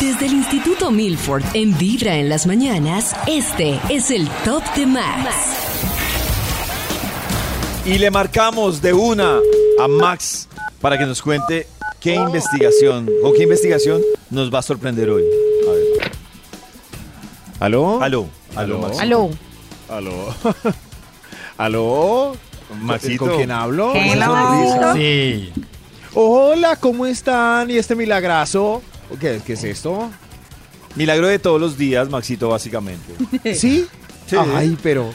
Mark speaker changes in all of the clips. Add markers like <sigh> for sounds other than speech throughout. Speaker 1: Desde el Instituto Milford en Vibra en las mañanas, este es el Top de Max.
Speaker 2: Y le marcamos de una a Max para que nos cuente qué investigación o qué investigación nos va a sorprender hoy. A ver.
Speaker 3: ¿Aló?
Speaker 2: Aló, aló, Max.
Speaker 4: Aló.
Speaker 3: ¿Aló? ¿Aló?
Speaker 2: Maxito.
Speaker 3: ¿Con quién hablo?
Speaker 4: Hola,
Speaker 3: Esa
Speaker 4: Maxito.
Speaker 3: sonrisa.
Speaker 5: Sí.
Speaker 3: Hola, ¿cómo están? ¿Y este milagrazo? ¿Qué, qué es esto?
Speaker 2: Milagro de todos los días, Maxito, básicamente.
Speaker 3: ¿Sí?
Speaker 2: Sí.
Speaker 3: Ay, pero,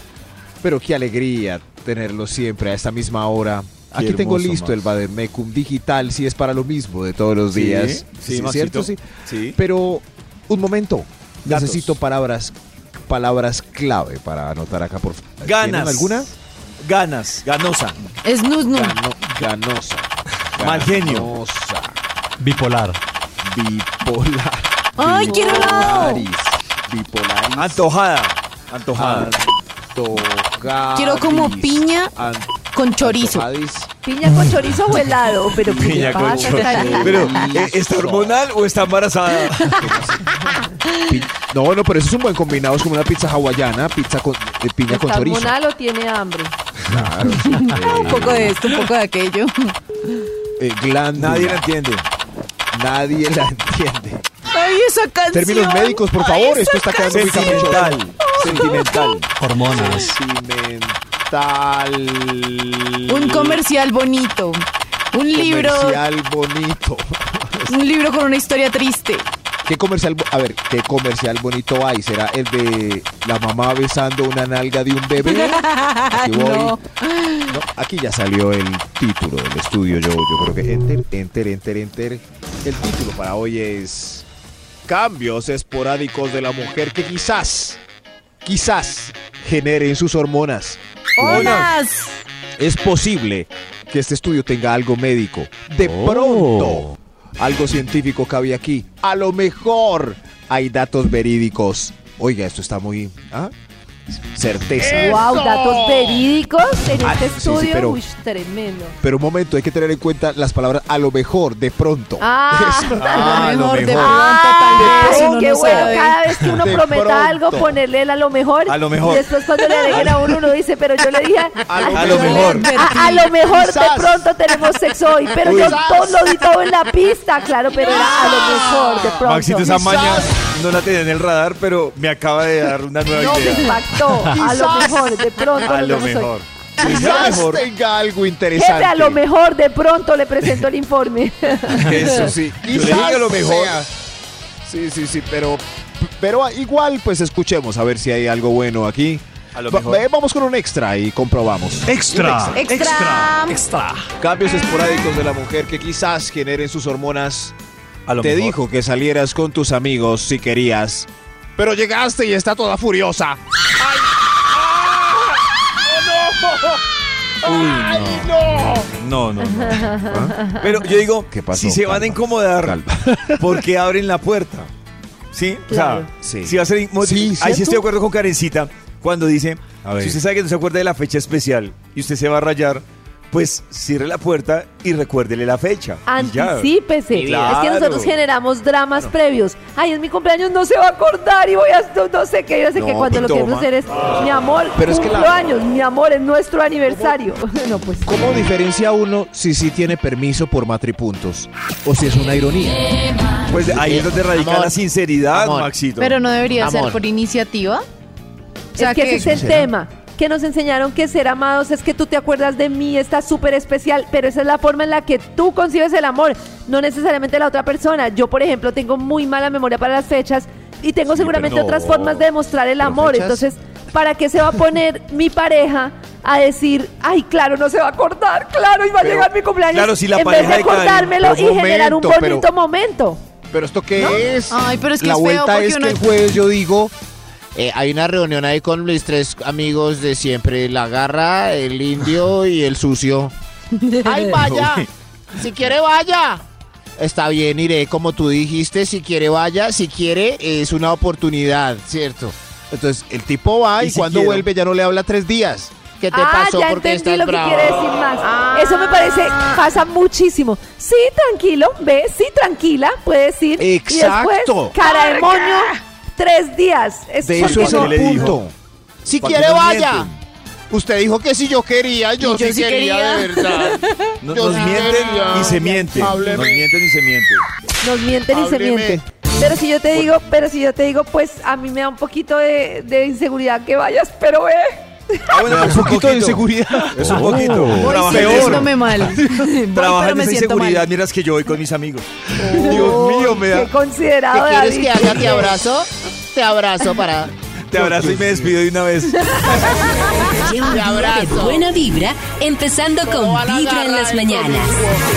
Speaker 3: pero qué alegría tenerlo siempre a esta misma hora. Aquí
Speaker 2: hermoso,
Speaker 3: tengo listo
Speaker 2: Max.
Speaker 3: el Bademecum digital, si es para lo mismo de todos los días.
Speaker 2: Sí, Maxito.
Speaker 3: ¿cierto? Sí.
Speaker 2: Sí.
Speaker 3: Pero, un momento.
Speaker 2: Datos.
Speaker 3: Necesito palabras, palabras clave para anotar acá, por favor. ¿Tienen
Speaker 2: Ganas.
Speaker 3: alguna?
Speaker 2: Ganas, ganosa.
Speaker 4: Es Nuz Nuz.
Speaker 3: Gano- ganosa.
Speaker 2: Mal genio.
Speaker 3: Ganosa.
Speaker 5: Bipolar.
Speaker 3: Bipolar.
Speaker 4: ¡Ay, quiero helado!
Speaker 3: Bipolaris.
Speaker 2: Ah,
Speaker 3: Bipolaris.
Speaker 2: Antojada. Antojada.
Speaker 3: Ah, Antojadis.
Speaker 4: Quiero como piña
Speaker 3: An-
Speaker 4: con chorizo.
Speaker 3: antojadis.
Speaker 6: Piña con chorizo o
Speaker 4: Oh,
Speaker 6: helado,
Speaker 3: <laughs>
Speaker 6: pero
Speaker 4: pues,
Speaker 6: ¿qué
Speaker 2: Piña con
Speaker 6: pasa?
Speaker 2: chorizo. Pero, ¿eh, ¿está hormonal o está embarazada?
Speaker 3: Pi- No, no, pero eso es un buen combinado. Es como una pizza hawaiana, pizza con de piña con
Speaker 6: ¿Está
Speaker 3: chorizo.
Speaker 6: hormonal o tiene hambre?
Speaker 3: Claro, sí.
Speaker 4: Un poco de esto, un poco de aquello.
Speaker 3: Eh, glándula.
Speaker 2: Nadie la entiende.
Speaker 3: Nadie la entiende.
Speaker 4: ¡Ay, esa canción!
Speaker 3: Términos médicos, por favor. Esto está quedando muy
Speaker 2: Sentimental. Sentimental.
Speaker 5: Hormonas.
Speaker 3: Sentimental.
Speaker 4: Un comercial bonito. Un libro,
Speaker 3: Comercial bonito.
Speaker 4: un libro con una historia triste.
Speaker 3: ¿Qué comercial? bo- A ver, ¿qué comercial bonito hay? ¿Será el de la mamá besando una nalga de un bebé?
Speaker 4: <laughs>
Speaker 3: Aquí voy.
Speaker 4: No.
Speaker 3: No, aquí ya salió el título del estudio. Yo, yo creo que enter, enter, enter, enter. El título para hoy es Cambios esporádicos de la mujer que quizás, quizás generen sus hormonas.
Speaker 4: ¡Holas!
Speaker 3: Es posible que este estudio tenga algo médico. De pronto, algo científico cabe aquí. A lo mejor hay datos verídicos. Oiga, esto está muy... ¿ah? Certeza.
Speaker 6: ¡Wow! Datos verídicos en
Speaker 3: Ah,
Speaker 6: este
Speaker 3: sí, sí,
Speaker 6: estudio.
Speaker 3: pero-
Speaker 6: Uy, tremendo.
Speaker 3: Pero un momento, hay que tener en cuenta las palabras a lo mejor, de pronto.
Speaker 6: Ah.
Speaker 3: Eso.
Speaker 4: A lo mejor, de
Speaker 3: mejor.
Speaker 4: pronto, tal
Speaker 6: Ay,
Speaker 4: vez, uno
Speaker 6: Ah, qué
Speaker 4: no
Speaker 6: bueno,
Speaker 4: sabe.
Speaker 6: cada vez que uno
Speaker 3: De
Speaker 6: prometa
Speaker 3: pronto.
Speaker 6: algo, ponerle el a lo mejor.
Speaker 2: A lo mejor.
Speaker 6: Y después cuando le dejen a uno, uno dice, pero yo le dije,
Speaker 3: A lo
Speaker 2: A lo mejor.
Speaker 6: a, a lo mejor de
Speaker 3: Quizás.
Speaker 6: pronto tenemos sexo hoy, pero yo
Speaker 3: Quizás.
Speaker 6: todo lo di todo en la pista, claro, pero era a lo mejor de pronto.
Speaker 2: Maxito, esa maña no la tenía en el radar, pero me acaba de dar una nueva
Speaker 6: No me
Speaker 2: idea.
Speaker 6: impactó, a lo mejor, de pronto.
Speaker 2: A lo
Speaker 6: nos vemos hoy.
Speaker 2: mejor. A lo
Speaker 3: Quizás
Speaker 2: mejor.
Speaker 3: tenga algo interesante.
Speaker 6: Jefe, a lo mejor de pronto le presento el informe. <laughs>
Speaker 2: Eso sí. Yo le
Speaker 3: Quizás
Speaker 2: dije a lo mejor.
Speaker 3: sea. Sí, sí, sí, pero, pero igual pues escuchemos a ver si hay algo bueno aquí.
Speaker 2: A lo
Speaker 3: Va-
Speaker 2: mejor.
Speaker 3: eh, vamos con un extra y comprobamos.
Speaker 5: Extra.
Speaker 4: Extra.
Speaker 5: Extra.
Speaker 3: Eh, Cambios esporádicos de la mujer que quizás generen sus hormonas.
Speaker 2: A lo
Speaker 3: Te
Speaker 2: mejor.
Speaker 3: dijo que salieras con tus amigos si querías. Pero llegaste y está toda furiosa.
Speaker 2: No, no, no. Pero yo digo,
Speaker 3: ¿Qué pasó?
Speaker 2: si se van a
Speaker 3: Calma,
Speaker 2: incomodar, <laughs>
Speaker 3: calma.
Speaker 2: ¿por qué abren la puerta? ¿Sí? O sea,
Speaker 6: Claro.
Speaker 3: Sí.
Speaker 2: si va a ser... inmo-
Speaker 3: Sí,
Speaker 2: Ahí
Speaker 3: ¿cierto?
Speaker 2: sí estoy de acuerdo con Karencita cuando dice,
Speaker 3: A ver.
Speaker 2: si usted sabe que no se acuerda de la fecha especial y usted se va a rayar, pues cierre la puerta y recuérdele la fecha. Y ya.
Speaker 6: Anticípese. Es que
Speaker 2: Claro.
Speaker 6: nosotros generamos dramas previos. Ay, es mi cumpleaños, no se va a acordar y voy a no, no sé qué, no sé qué.
Speaker 3: No,
Speaker 6: Cuando lo que
Speaker 2: toma.
Speaker 6: queremos hacer es, mi amor,
Speaker 3: Pero es que la-
Speaker 6: cumpleaños, mi amor, es nuestro aniversario. <laughs> No, pues.
Speaker 3: ¿Cómo diferencia uno si sí tiene permiso por matripuntos? O si es una ironía.
Speaker 2: Pues ahí es donde radica
Speaker 3: Amor.
Speaker 2: la sinceridad,
Speaker 3: Amor.
Speaker 2: Maxito.
Speaker 4: Pero no debería ser
Speaker 3: Amor.
Speaker 4: por iniciativa. O
Speaker 6: es que, ese es el tema. Que nos enseñaron que ser amados es que tú te acuerdas de mí, está súper especial, pero esa es la forma en la que tú concibes el amor, no necesariamente la otra persona. Yo, por ejemplo, tengo muy mala memoria para las fechas y tengo seguramente
Speaker 3: pero no.
Speaker 6: otras formas de demostrar el
Speaker 3: Pero
Speaker 6: amor.
Speaker 3: fechas.
Speaker 6: Entonces, ¿para qué se va a poner <laughs> mi pareja a decir, ay, claro, no se va a acordar, claro, y va
Speaker 3: Pero,
Speaker 6: a llegar mi cumpleaños?
Speaker 2: claro, si la
Speaker 6: en
Speaker 2: pareja
Speaker 6: vez de
Speaker 2: de Karen-
Speaker 6: acordármelo y
Speaker 3: pero un
Speaker 6: generar un
Speaker 3: momento, pero-
Speaker 6: bonito momento.
Speaker 3: ¿Pero esto qué es?
Speaker 4: Ay, pero es que
Speaker 3: la
Speaker 4: es feo
Speaker 3: vuelta
Speaker 4: porque
Speaker 3: es que
Speaker 4: uno-
Speaker 3: el jueves yo digo, eh, hay una reunión ahí con mis tres amigos de siempre, la garra, el indio y el sucio. ¡Ay, vaya! Si quiere, vaya. Está bien, iré como tú dijiste, si quiere, vaya, si quiere, es una oportunidad, ¿cierto? Entonces, el tipo va
Speaker 2: Y
Speaker 3: y,
Speaker 2: si
Speaker 3: cuando
Speaker 2: quiero.
Speaker 3: vuelve ya no le habla tres días. ¿Qué te
Speaker 6: ah,
Speaker 3: pasó?
Speaker 6: ya
Speaker 3: porque estás
Speaker 6: entendí
Speaker 3: Ah.
Speaker 6: lo
Speaker 3: bravo?
Speaker 6: que quiere decir Max. Eso me parece, pasa muchísimo. Sí, tranquilo, ve, sí, tranquila, puede decir. Y
Speaker 7: Exacto.
Speaker 6: después, cara de moño, tres días. Es
Speaker 7: De
Speaker 6: porque
Speaker 7: eso es
Speaker 6: no-
Speaker 7: el
Speaker 2: le dijo?
Speaker 7: punto.
Speaker 3: Si
Speaker 2: Porque
Speaker 3: quiere,
Speaker 2: no
Speaker 3: vaya.
Speaker 2: mienten.
Speaker 3: Usted dijo que si yo quería, yo,
Speaker 4: Y yo
Speaker 3: sí
Speaker 4: sí
Speaker 3: quería,
Speaker 4: quería.
Speaker 3: de verdad.
Speaker 2: No-
Speaker 3: Yo
Speaker 2: nos
Speaker 3: sí
Speaker 2: mienten
Speaker 3: quería.
Speaker 2: y se mienten.
Speaker 3: Hábleme.
Speaker 2: Nos mienten y se mienten.
Speaker 6: Nos mienten y se
Speaker 3: Hábleme.
Speaker 6: mienten. Pero si yo te digo, pero si yo te digo, pues a mí me da un poquito de, de inseguridad que vayas, pero ve.
Speaker 2: Ah, bueno, pero es
Speaker 7: un poquito de inseguridad.
Speaker 2: Es un
Speaker 3: Oh.
Speaker 2: poquito.
Speaker 4: Voy
Speaker 2: Trabaja en eso. <laughs>
Speaker 4: sintiéndome mal. Voy,
Speaker 2: Trabajar
Speaker 4: pero
Speaker 2: en
Speaker 4: me
Speaker 2: esa
Speaker 4: siento mal.
Speaker 2: inseguridad, miras que yo voy con mis
Speaker 4: <laughs>
Speaker 2: amigos.
Speaker 6: Oh,
Speaker 2: Dios mío, me da.
Speaker 6: Qué considerado.
Speaker 3: ¿Qué quieres
Speaker 6: David.
Speaker 3: que haga? ¿Te abrazo? Te abrazo para...
Speaker 2: Te abrazo y me despido de una vez.
Speaker 1: Lleva un
Speaker 3: Te
Speaker 1: día de
Speaker 3: abrazo.
Speaker 1: buena vibra, empezando con
Speaker 3: Toda la
Speaker 1: Vibra en
Speaker 3: garra
Speaker 1: las
Speaker 3: del
Speaker 1: mañanas.
Speaker 3: promiscuo.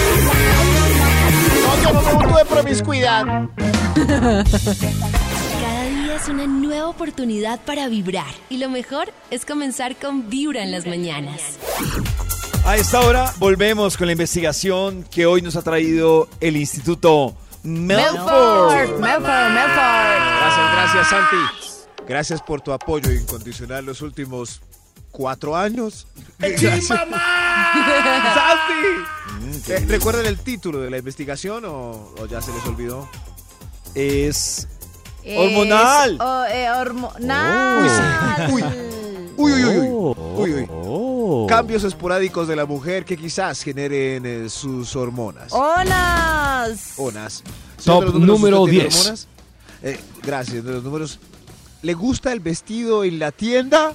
Speaker 3: No, yo no me burlo de promiscuidad.
Speaker 1: Cada día es una nueva oportunidad para vibrar. Y lo mejor es comenzar con Vibra en las mañanas.
Speaker 2: A esta hora volvemos con la investigación que hoy nos ha traído el Instituto Melford.
Speaker 4: Melford, Melford, Melford.
Speaker 7: Gracias, gracias, Santi. Gracias por tu apoyo incondicional los últimos cuatro años. Gracias. <laughs> ¡Santi! Eh, ¿Recuerdan el título de la investigación o, o ya se les olvidó?
Speaker 2: Es Hormonal.
Speaker 4: Es, oh, eh, hormonal.
Speaker 7: Uy, Uy, uy, uy, uy. Uy, uy. Cambios esporádicos de la mujer que quizás generen eh, sus hormonas.
Speaker 4: Oh. Holas.
Speaker 7: Hormonas.
Speaker 5: Top
Speaker 7: Señor de los números,
Speaker 5: número
Speaker 7: ¿usted tiene
Speaker 5: 10.
Speaker 7: hormonas? Eh, gracias, de los números. Le gusta el vestido en la tienda,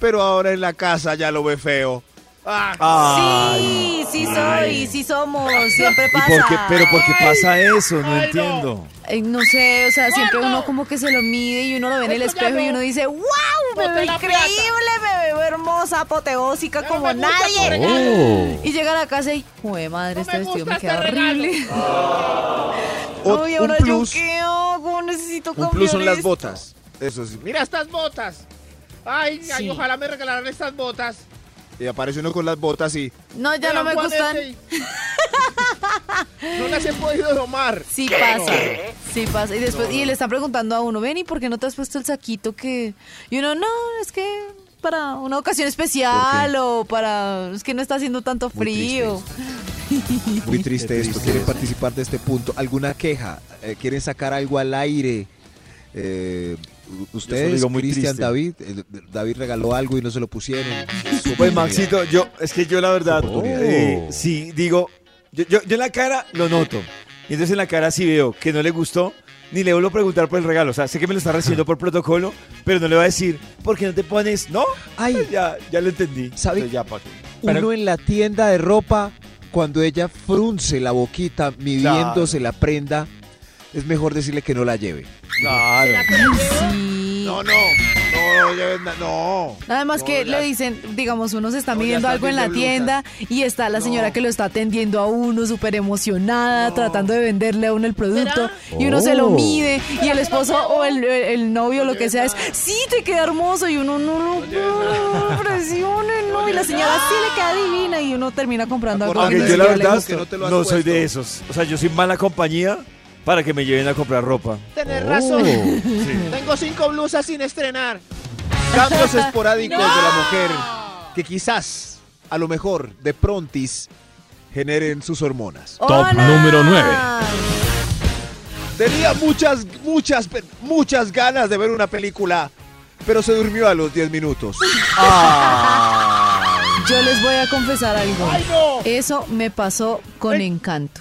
Speaker 7: pero ahora en la casa ya lo ve feo. Ah,
Speaker 4: Sí, sí soy, sí somos, siempre
Speaker 2: ¿Y
Speaker 4: pasa.
Speaker 2: por qué? Pero ¿por qué pasa eso? No entiendo.
Speaker 4: Eh, no sé, o sea, siempre uno como que se lo mide y uno lo ve en el espejo y uno dice, wow, me veo increíble, me veo hermosa, apoteósica como nadie. Y llega a la casa y, joder, madre, este vestido me queda horrible.
Speaker 7: <laughs> Ot-
Speaker 4: Ay,
Speaker 7: un
Speaker 4: ahora yo
Speaker 7: plus,
Speaker 4: qué hago, necesito
Speaker 7: un
Speaker 4: cambiar
Speaker 7: plus son las
Speaker 4: esto.
Speaker 7: botas. Eso sí. Mira,
Speaker 8: Mira estas botas. Ay, ay, ojalá me regalaran estas botas.
Speaker 7: y aparece uno con las botas y
Speaker 4: No, ya no me
Speaker 8: Eran
Speaker 4: gustan.
Speaker 8: 420. no las he podido domar.
Speaker 4: Sí pasa, sí pasa. Y después, y le están preguntando a uno, ven, ¿y por qué no te has puesto el saquito que...? Y uno, no, es que para una ocasión especial o para... Es que no está haciendo tanto
Speaker 7: Muy triste
Speaker 4: frío.
Speaker 7: muy triste esto. Quieren participar de este punto. ¿Alguna queja? Eh, ¿Quieren sacar algo al aire? Eh, u-
Speaker 2: Yo solo
Speaker 7: ustedes,
Speaker 2: digo muy
Speaker 7: Cristian,
Speaker 2: triste.
Speaker 7: David, eh, David regaló algo y no se lo pusieron.
Speaker 2: Pues Maxito, yo, es que yo la verdad,
Speaker 7: Oportunidad.
Speaker 2: eh, sí, digo, yo, yo- yo en la cara lo noto. Y entonces en la cara sí veo que no le gustó, ni le vuelvo a preguntar por el regalo. O sea, sé que me lo está recibiendo por protocolo, pero no le voy a decir, ¿por qué no te pones? No, Pues
Speaker 7: Ay.
Speaker 2: ya, ya lo entendí.
Speaker 7: ¿Sabe?
Speaker 2: Entonces, ya, ¿pa' qué?
Speaker 7: Uno en la tienda de ropa, cuando ella frunce la boquita midiéndose la prenda, es mejor decirle que no la lleve.
Speaker 2: Claro.
Speaker 4: Sí.
Speaker 7: No, no, no, lleven na- no.
Speaker 4: Nada más
Speaker 7: No,
Speaker 4: que
Speaker 7: ya-
Speaker 4: le dicen, digamos, uno se está
Speaker 7: No, ya
Speaker 4: midiendo
Speaker 7: está
Speaker 4: algo en la
Speaker 7: viendo
Speaker 4: tienda
Speaker 7: blusas.
Speaker 4: y está la señora
Speaker 7: No.
Speaker 4: que lo está atendiendo a uno, súper emocionada, tratando de venderle a uno el producto y uno se
Speaker 7: Oh.
Speaker 4: lo mide y el esposo o el, el- el novio, lo que sea, es, sí, te queda hermoso y uno no lo no, presionen, no, y la señora sí le queda divina y uno termina comprando algo
Speaker 7: Acuérdate
Speaker 4: que
Speaker 2: Aunque
Speaker 4: no
Speaker 7: que
Speaker 2: yo la
Speaker 4: siquiera le
Speaker 2: verdad
Speaker 7: gusta. Que no te lo
Speaker 2: no,
Speaker 7: has
Speaker 2: soy
Speaker 7: puesto.
Speaker 2: de esos. O sea, yo soy mala compañía para que me lleven a comprar ropa.
Speaker 8: Tener <laughs>
Speaker 7: Oh,
Speaker 8: razón. Tengo cinco blusas sin estrenar. <laughs>
Speaker 7: Cambios esporádicos de la mujer que quizás, a lo mejor, de prontis, generen sus hormonas.
Speaker 4: Top
Speaker 5: número nueve.
Speaker 7: Tenía muchas, muchas, pe- muchas ganas de ver una película, pero se durmió a los 10 minutos.
Speaker 3: Ah.
Speaker 4: Yo les voy a confesar algo.
Speaker 8: No.
Speaker 4: Eso me pasó con encanto.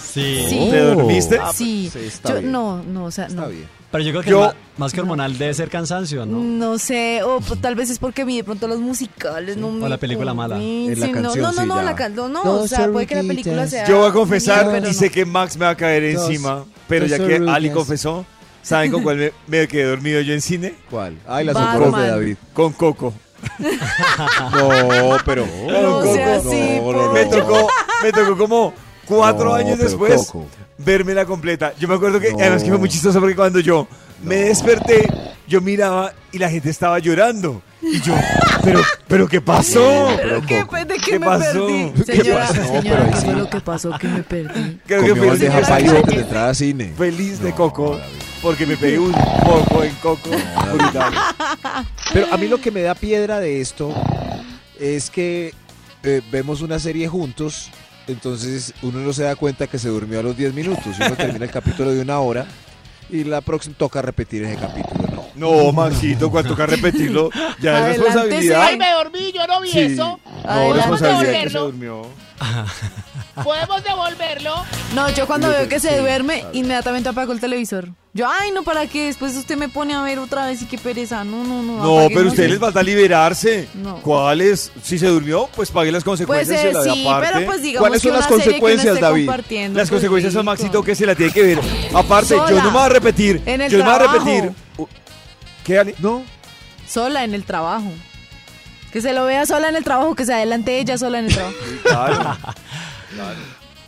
Speaker 5: Sí.
Speaker 4: Sí.
Speaker 2: ¿Te dormiste?
Speaker 7: Ah,
Speaker 4: Sí,
Speaker 7: sí, está
Speaker 4: yo
Speaker 7: bien.
Speaker 4: no, no, o sea,
Speaker 7: Está
Speaker 4: no.
Speaker 7: bien.
Speaker 5: Pero yo creo que
Speaker 2: Yo-
Speaker 5: ma- más que hormonal debe ser cansancio, ¿no?
Speaker 4: No sé, o p- tal vez es porque a mí de pronto los musicales no me.
Speaker 5: o la película mala.
Speaker 2: Eh,
Speaker 4: convencen.
Speaker 7: En la
Speaker 4: no,
Speaker 7: canción,
Speaker 4: no, no,
Speaker 7: sí,
Speaker 4: no,
Speaker 7: ya.
Speaker 4: la can- no, no,
Speaker 7: No,
Speaker 4: o sea,
Speaker 7: sorry,
Speaker 4: puede que la
Speaker 7: Kitas.
Speaker 4: película sea.
Speaker 2: Yo voy a confesar
Speaker 4: mía, pero
Speaker 2: y
Speaker 4: no.
Speaker 2: sé que Max me va a caer
Speaker 7: Dos.
Speaker 2: encima, pero ya
Speaker 7: Dos
Speaker 2: que Ali
Speaker 7: orugas.
Speaker 2: confesó, ¿saben con cuál me, me quedé dormido yo en cine?
Speaker 7: ¿Cuál? Ay, las
Speaker 4: Batman.
Speaker 7: hormonas
Speaker 4: <laughs>
Speaker 7: de David.
Speaker 2: Con Coco.
Speaker 7: No, pero.
Speaker 4: No sea así,
Speaker 2: Me
Speaker 4: Ocho.
Speaker 2: tocó, me tocó como cuatro
Speaker 7: No,
Speaker 2: años
Speaker 7: pero
Speaker 2: después
Speaker 7: Coco.
Speaker 2: verme la completa. Yo me acuerdo que,
Speaker 7: No.
Speaker 2: además que fue muy chistoso porque cuando yo me desperté, yo miraba y la gente estaba llorando. Y yo, pero, pero ¿qué pasó?
Speaker 4: Pero qué, pe- ¿de qué,
Speaker 2: ¿Qué
Speaker 4: me
Speaker 2: pasó?
Speaker 4: perdí?
Speaker 7: ¿Qué
Speaker 4: Señora,
Speaker 7: pasó? No,
Speaker 4: señora,
Speaker 7: pero ahí
Speaker 4: ¿qué
Speaker 7: sí.
Speaker 4: fue lo que pasó que me perdí?
Speaker 2: Creo que
Speaker 7: Comió
Speaker 2: feliz,
Speaker 7: bandeja
Speaker 4: señora,
Speaker 7: paisa
Speaker 4: señora.
Speaker 7: antes de entrar a cine.
Speaker 2: feliz de
Speaker 7: No,
Speaker 2: coco
Speaker 7: David.
Speaker 2: porque me pegué un poco en
Speaker 7: <laughs>
Speaker 2: coco. brutal.
Speaker 7: Pero a mí lo que me da piedra de esto es que eh, vemos una serie juntos, entonces uno no se da cuenta que se durmió a los 10 minutos. Uno termina el capítulo de una hora y la próxima toca repetir ese capítulo. No.
Speaker 2: No, Maxito, cuando toca repetirlo, ya es
Speaker 4: Adelántese.
Speaker 2: responsabilidad.
Speaker 8: Ay, me dormí, yo no vi
Speaker 2: Sí.
Speaker 8: eso.
Speaker 2: No,
Speaker 4: Adelante.
Speaker 2: responsabilidad que se
Speaker 8: Devolverlo.
Speaker 2: durmió.
Speaker 8: ¿Podemos devolverlo?
Speaker 4: <laughs> No, yo cuando veo que se duerme, inmediatamente apago el televisor. Yo, ay, no, ¿para qué? Después usted me pone a ver otra vez y qué pereza. No, no, no.
Speaker 2: No, pero
Speaker 4: apaguemos
Speaker 2: usted
Speaker 4: el-
Speaker 2: les falta liberarse.
Speaker 4: No.
Speaker 2: ¿Cuáles? Si se durmió, pues pague las
Speaker 4: Pues
Speaker 2: consecuencias.
Speaker 4: eh,
Speaker 2: se la dé
Speaker 4: sí,
Speaker 2: aparte.
Speaker 4: pero pues digamos
Speaker 7: ¿Cuáles son
Speaker 4: que
Speaker 7: las
Speaker 4: una serie que uno
Speaker 7: consecuencias,
Speaker 4: esté
Speaker 7: David?
Speaker 4: compartiendo,
Speaker 2: Las
Speaker 4: pues,
Speaker 2: consecuencias son
Speaker 4: rico.
Speaker 2: Maxito que se la tiene que ver. Aparte, yo
Speaker 4: Sola.
Speaker 2: no me voy a repetir.
Speaker 4: En el
Speaker 2: yo no me voy a
Speaker 4: trabajo.
Speaker 2: repetir. Uh, ¿Qué, Ale?
Speaker 7: No,
Speaker 4: Sola en el trabajo. Que se lo vea sola en el trabajo, que se adelante ella sola en el
Speaker 2: <laughs>
Speaker 4: trabajo.
Speaker 2: Claro.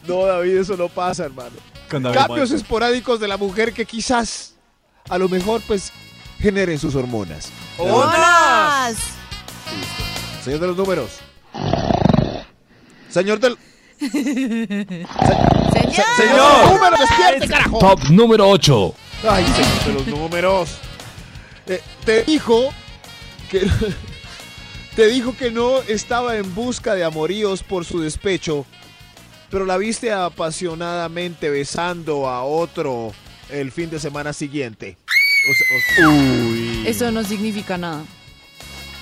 Speaker 3: No, David, eso no pasa, hermano.
Speaker 5: Con David
Speaker 3: Cambios
Speaker 5: Boy.
Speaker 3: esporádicos de la mujer que quizás, a lo mejor, pues,
Speaker 7: generen sus hormonas.
Speaker 4: ¡Hola!
Speaker 7: Señor de los números. Señor del...
Speaker 4: ¡Señor!
Speaker 2: Señor.
Speaker 8: ¡Número, despierte, carajo!
Speaker 9: Top número 8.
Speaker 3: ay, señor de los números. Eh, te dijo que... <laughs> Te dijo que no estaba en busca de amoríos por su despecho, pero la viste apasionadamente besando a otro el fin de semana siguiente.
Speaker 4: Eso no significa nada.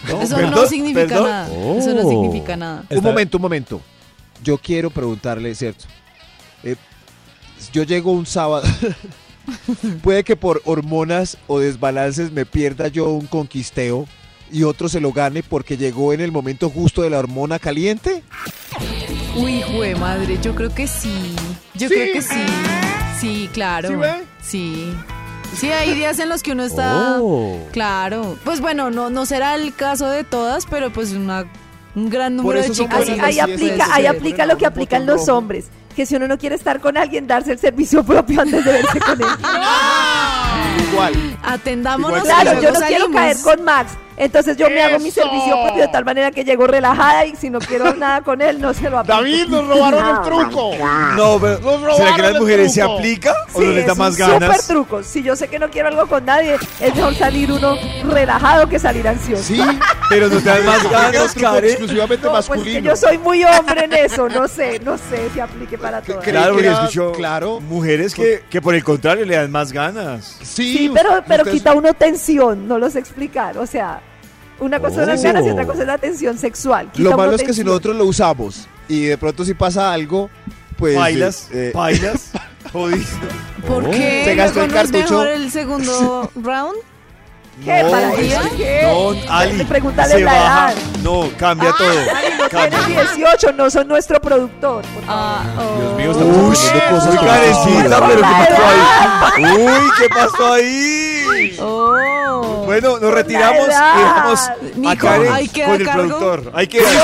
Speaker 2: No,
Speaker 4: Eso no
Speaker 2: perdón,
Speaker 4: significa
Speaker 2: perdón.
Speaker 4: nada. Eso no
Speaker 7: Oh.
Speaker 4: significa nada.
Speaker 7: Un momento, un momento. Yo quiero preguntarle, ¿cierto? Eh, yo llego un sábado. <laughs> Puede que por hormonas o desbalances me pierda yo un conquisteo y otro se lo gane porque llegó en el momento justo de la hormona caliente.
Speaker 4: Uy, jue madre, yo creo que sí. Yo creo que sí. Sí, claro.
Speaker 3: ¿Sí ve?
Speaker 4: Sí. Sí, hay días en los que uno está.
Speaker 7: Oh.
Speaker 4: Claro. Pues bueno, no, no será el caso de todas, pero pues una, un gran número
Speaker 7: eso
Speaker 4: de
Speaker 7: son
Speaker 4: chicas.
Speaker 6: Ahí,
Speaker 7: Bueno,
Speaker 6: ahí
Speaker 7: sí, eso
Speaker 6: aplica,
Speaker 7: es,
Speaker 6: ahí
Speaker 7: se
Speaker 6: aplica
Speaker 7: ponen a
Speaker 6: lo que
Speaker 7: un
Speaker 6: aplican
Speaker 7: botón
Speaker 6: los
Speaker 7: rojo.
Speaker 6: hombres. Que si uno no quiere estar con alguien, darse el servicio propio antes de verse con él.
Speaker 3: Igual.
Speaker 4: Atendámonos.
Speaker 7: Pues
Speaker 3: Igual que
Speaker 4: y
Speaker 6: Claro, yo
Speaker 4: luego
Speaker 6: no quiero
Speaker 4: salimos.
Speaker 6: caer con Max. Entonces yo me hago mi
Speaker 8: ¡Eso!
Speaker 6: servicio propio de tal manera que llego relajada y si no
Speaker 7: <laughs>
Speaker 6: quiero nada con él, no se lo aplico.
Speaker 3: David, nos robaron el truco.
Speaker 2: No, pero
Speaker 3: Nos robaron
Speaker 2: ¿será que las
Speaker 3: el
Speaker 2: mujeres se
Speaker 3: truco.
Speaker 2: aplica o
Speaker 6: Sí,
Speaker 2: no les da
Speaker 6: es
Speaker 2: más
Speaker 6: un súper
Speaker 2: ganas?
Speaker 6: truco. Si yo sé que no quiero algo con nadie, es mejor salir uno relajado que salir ansioso.
Speaker 3: Sí,
Speaker 2: Pero no te dan <laughs> más
Speaker 3: ganas,
Speaker 2: ganas, Karen.
Speaker 3: exclusivamente
Speaker 6: No, pues
Speaker 3: masculino.
Speaker 6: que yo soy muy hombre en eso, no sé, no sé si aplique para todos.
Speaker 3: que-
Speaker 2: Claro, Pues- porque
Speaker 3: Creí que era-
Speaker 2: escucho
Speaker 3: claro.
Speaker 2: mujeres que, que por el contrario le dan más ganas.
Speaker 3: Sí,
Speaker 6: Sí, pero, pero
Speaker 3: ustedes-
Speaker 6: quita uno tensión, no los explicar. O sea, una cosa es las
Speaker 7: Oh.
Speaker 6: ganas y otra cosa es la tensión sexual. Quita
Speaker 7: Lo
Speaker 6: uno
Speaker 7: malo es que si
Speaker 6: tensión.
Speaker 7: nosotros lo usamos y de pronto si pasa algo, pues...
Speaker 2: Bailas,
Speaker 7: eh, eh,
Speaker 2: bailas, jodido.
Speaker 4: ¿Por qué?
Speaker 7: Se gastó el
Speaker 4: Luego no es
Speaker 7: cartucho.
Speaker 4: mejor el segundo round?
Speaker 6: <laughs> ¿Qué?
Speaker 2: No,
Speaker 6: ¿Para
Speaker 4: es
Speaker 6: ella?
Speaker 4: que-
Speaker 6: ¿Qué?
Speaker 2: No, Ali,
Speaker 6: Pregúntale
Speaker 2: se
Speaker 6: la
Speaker 2: baja.
Speaker 6: edad. Ah,
Speaker 2: No, cambia todo. Cambia.
Speaker 6: Tiene 18, no son nuestro productor. por
Speaker 7: Ah,
Speaker 6: favor.
Speaker 4: Dios mío,
Speaker 7: estamos
Speaker 2: Uy,
Speaker 7: aprendiendo cosas
Speaker 2: uy,
Speaker 7: que no
Speaker 2: carecita,
Speaker 6: sabíamos.
Speaker 2: pero ¿qué pasó ahí? Uy, ¿qué pasó ahí?
Speaker 4: Oh.
Speaker 2: Bueno, nos
Speaker 6: la
Speaker 2: retiramos y
Speaker 6: edad.
Speaker 2: dejamos a
Speaker 4: Nico,
Speaker 2: Karen
Speaker 4: ahí queda
Speaker 2: con el
Speaker 4: cargo.
Speaker 2: productor. Hay que
Speaker 1: Cada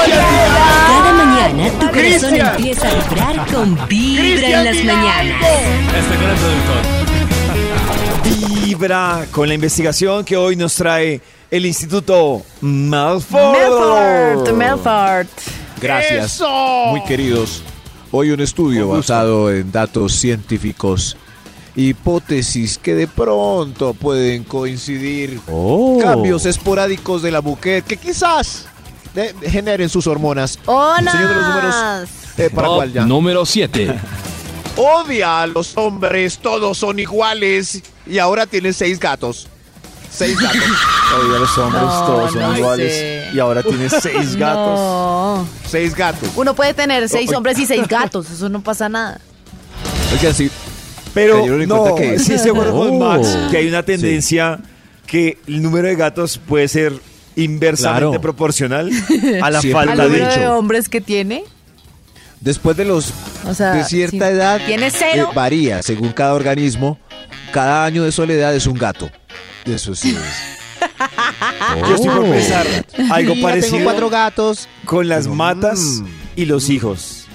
Speaker 1: mañana tu corazón empieza a vibrar con vibra en las mañanas.
Speaker 5: Este con el productor.
Speaker 2: Vibra con la investigación que hoy nos trae el Instituto Malfoy.
Speaker 4: Melfort, Melfort.
Speaker 7: Gracias.
Speaker 8: ¡Eso!
Speaker 7: Muy queridos. Hoy un estudio basado en datos científicos, hipótesis que de pronto pueden coincidir, Oh. cambios esporádicos de la mujer que quizás eh, generen sus hormonas. Señor de los números, eh, ¿para
Speaker 9: Top
Speaker 7: cuál ya?
Speaker 9: número 7.
Speaker 7: Odia a los hombres, todos son iguales y ahora tiene seis gatos. Seis gatos. <laughs>
Speaker 2: Oye, los hombres
Speaker 4: No,
Speaker 2: todos son
Speaker 4: no
Speaker 2: iguales.
Speaker 4: sé.
Speaker 2: Y ahora tiene seis gatos.
Speaker 4: No.
Speaker 7: seis gatos.
Speaker 4: Uno puede tener seis hombres y seis gatos, eso no
Speaker 2: <laughs>
Speaker 4: pasa nada.
Speaker 7: Oigan, sí,
Speaker 2: Pero
Speaker 7: Cayeron en
Speaker 2: no,
Speaker 7: cuenta que-
Speaker 2: sí se acuerda con
Speaker 9: Oh.
Speaker 2: Max que hay una tendencia que el número de gatos puede ser inversamente
Speaker 9: Claro.
Speaker 2: proporcional
Speaker 7: <laughs>
Speaker 2: a la
Speaker 7: Siempre.
Speaker 4: Al
Speaker 2: falta de
Speaker 4: número de
Speaker 2: hecho.
Speaker 4: hombres que tiene,
Speaker 7: Después de los
Speaker 4: O sea,
Speaker 7: de cierta
Speaker 4: sí.
Speaker 7: edad
Speaker 4: Tiene cero.
Speaker 7: eh, varía según cada organismo. Cada año de soledad es un gato. Eso sí <laughs> es.
Speaker 2: Yo estoy
Speaker 7: Oh.
Speaker 2: por pensar algo parecido
Speaker 7: gatos.
Speaker 2: con las
Speaker 7: Pero,
Speaker 2: matas
Speaker 7: mm,
Speaker 2: y los hijos.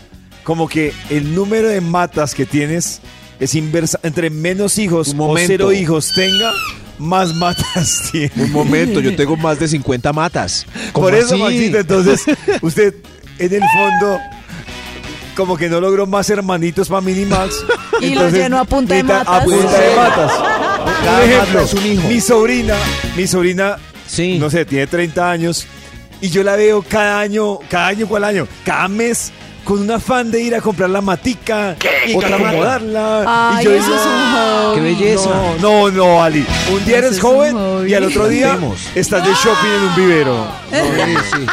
Speaker 2: Como que el número de matas que tienes es inversa. Entre menos hijos
Speaker 7: Un
Speaker 2: o
Speaker 7: momento.
Speaker 2: cero hijos tenga, más matas <laughs> tiene.
Speaker 7: Un momento, yo tengo más de 50 matas. <laughs> ¿Cómo
Speaker 2: Por eso,
Speaker 7: así?
Speaker 2: Maxito,
Speaker 4: <laughs>
Speaker 2: entonces, usted en el fondo como que no logró más hermanitos para Minimax.
Speaker 4: <laughs> Y los
Speaker 2: entonces,
Speaker 4: llenó a punta de
Speaker 2: necesita- A
Speaker 7: ah,
Speaker 4: matas.
Speaker 2: punta de matas.
Speaker 7: pues, Cada
Speaker 2: Por ejemplo,
Speaker 7: mata es un hijo.
Speaker 2: mi sobrina, mi sobrina,
Speaker 7: Sí.
Speaker 2: no sé, tiene 30 años y yo la veo cada año, cada año, ¿cuál año? Cada mes con un afán de ir a comprar la matica y
Speaker 7: ¿Otra mata?
Speaker 2: acomodarla. y
Speaker 4: Ay,
Speaker 2: yo
Speaker 4: eso es un hobby.
Speaker 7: Qué belleza.
Speaker 2: No, no, no, Ali. Un día
Speaker 4: Eso
Speaker 2: eres
Speaker 4: es un
Speaker 2: joven
Speaker 4: hobby.
Speaker 2: y al otro día
Speaker 7: Cantemos.
Speaker 2: estás de shopping en un vivero.
Speaker 7: Sí, sí.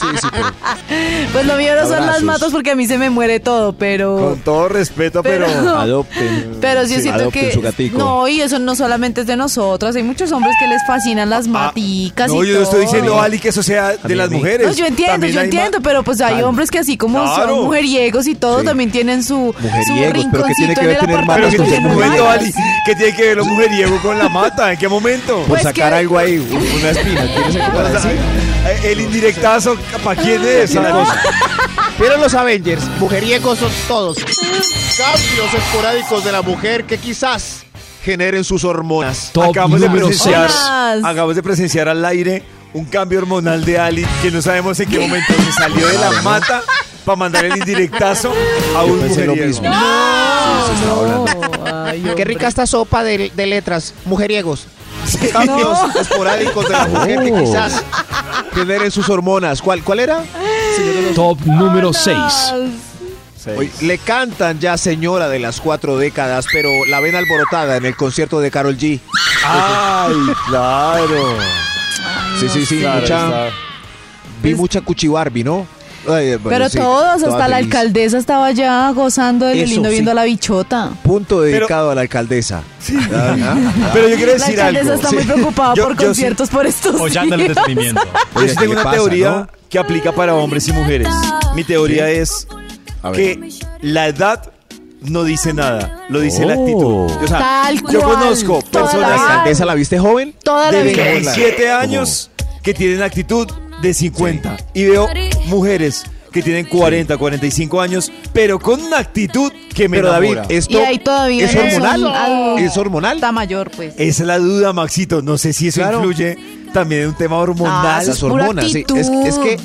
Speaker 7: Sí, sí, pero-
Speaker 4: <laughs> Pues lo mío no son las
Speaker 7: Abrazos.
Speaker 4: matas porque a mí se me muere todo, pero...
Speaker 2: Con todo respeto, pero.
Speaker 4: Pero-
Speaker 7: Adopten.
Speaker 4: Pero sí, yo siento
Speaker 7: adopten
Speaker 4: que...
Speaker 7: su gatico.
Speaker 4: No, y eso no solamente es de nosotras. Hay muchos hombres que les fascinan las
Speaker 2: Ah,
Speaker 4: maticas
Speaker 2: no,
Speaker 4: y
Speaker 2: yo no estoy
Speaker 4: todo.
Speaker 2: diciendo, Ali, que eso sea de
Speaker 7: mí, a
Speaker 2: las
Speaker 7: mí.
Speaker 2: mujeres.
Speaker 4: No, yo entiendo,
Speaker 2: También
Speaker 4: yo
Speaker 2: hay ma-
Speaker 4: entiendo, pero pues hay hombres que así como
Speaker 2: Claro.
Speaker 4: son mujeriegos y todo,
Speaker 7: Sí.
Speaker 4: también tienen su, su
Speaker 7: Mujeriegos, pero ¿qué
Speaker 4: rinconcito
Speaker 7: tiene que
Speaker 4: en
Speaker 7: ver
Speaker 4: el
Speaker 7: tener
Speaker 2: Pero
Speaker 7: matas
Speaker 4: apartamento.
Speaker 2: que
Speaker 7: con
Speaker 2: tiene
Speaker 7: ser
Speaker 2: un momento,
Speaker 4: matas.
Speaker 2: Ali, que tiene que ver lo mujeriego con la mata. ¿En qué momento?
Speaker 7: Por
Speaker 4: Pues
Speaker 7: sacar
Speaker 4: que-
Speaker 7: algo ahí, un- una espina. ¿Tienes algo para
Speaker 2: O sea,
Speaker 7: decir?
Speaker 2: Eh, el indirectazo, ¿para quién
Speaker 4: Ah,
Speaker 2: es? Ali?
Speaker 3: Pero los Avengers, mujeriegos son todos. Cambios esporádicos de la mujer que quizás generen sus hormonas.
Speaker 9: Top
Speaker 2: Acabamos de
Speaker 9: número
Speaker 2: presenciar,
Speaker 4: seis. Hormonas.
Speaker 2: acabamos de presenciar al aire un cambio hormonal de Ali que no sabemos en qué momento se salió de la mata para mandar el indirectazo a un
Speaker 7: pensé lo
Speaker 2: mujeriego.
Speaker 7: mismo.
Speaker 4: No, ay,
Speaker 3: Qué
Speaker 4: hombre.
Speaker 3: rica esta sopa de, de letras, mujeriegos. <laughs>
Speaker 7: Cambios esporádicos de la mujer que quizás generen sus hormonas. ¿Cuál, cuál era?
Speaker 9: Top número 6.
Speaker 7: Oye, le cantan ya señora de las cuatro décadas, pero la ven alborotada en el concierto de Carol G.
Speaker 2: Ay, claro.
Speaker 7: Sí, sí, sí.
Speaker 2: Claro,
Speaker 7: mucha-
Speaker 2: está.
Speaker 7: vi mucha cuchibarbi, ¿no? Ay, bueno,
Speaker 4: Pero
Speaker 7: sí,
Speaker 4: todos,
Speaker 7: toda
Speaker 4: hasta la
Speaker 7: feliz.
Speaker 4: alcaldesa estaba ya gozando de lo
Speaker 7: Eso,
Speaker 4: lindo
Speaker 7: sí.
Speaker 4: viendo a la bichota.
Speaker 7: Punto dedicado a la alcaldesa. Ah, <laughs> ah,
Speaker 2: Pero yo quiero
Speaker 4: La
Speaker 2: decir algo.
Speaker 4: alcaldesa está
Speaker 2: Sí.
Speaker 4: muy preocupada
Speaker 2: Yo-
Speaker 4: por
Speaker 2: yo sí-
Speaker 4: conciertos por estos
Speaker 5: Hollando el
Speaker 4: días.
Speaker 5: detenimiento.
Speaker 2: Yo sí
Speaker 7: Oiga, ¿qué
Speaker 2: tengo
Speaker 7: le
Speaker 2: una
Speaker 7: pasa,
Speaker 2: teoría
Speaker 7: no?
Speaker 2: que aplica para hombres y mujeres. Mi teoría es
Speaker 7: A ver.
Speaker 2: que la edad no dice nada, lo dice la
Speaker 7: Oh.
Speaker 2: actitud. O sea,
Speaker 4: Tal
Speaker 2: yo
Speaker 4: cual,
Speaker 2: conozco
Speaker 4: toda la
Speaker 7: ¿La
Speaker 4: edad.
Speaker 2: personas
Speaker 7: alcaldesa la viste joven?
Speaker 4: Toda la
Speaker 2: de
Speaker 4: vida.
Speaker 7: Debe-
Speaker 2: 27 años que tienen actitud de 50 y veo mujeres que tienen 40, 45 años, pero con una actitud que me
Speaker 7: Pero David,
Speaker 2: enamora.
Speaker 7: esto
Speaker 4: Y ahí todavía
Speaker 7: es
Speaker 4: no
Speaker 7: hormonal.
Speaker 4: son algo-
Speaker 7: Es hormonal.
Speaker 4: Está mayor, pues.
Speaker 2: Esa es la duda, Maxito. No sé si eso
Speaker 7: Claro.
Speaker 2: influye también en un tema hormonal.
Speaker 4: Ah, eso
Speaker 7: Las
Speaker 4: es pura
Speaker 7: hormonas, sí. Es,
Speaker 4: actitud.
Speaker 7: es que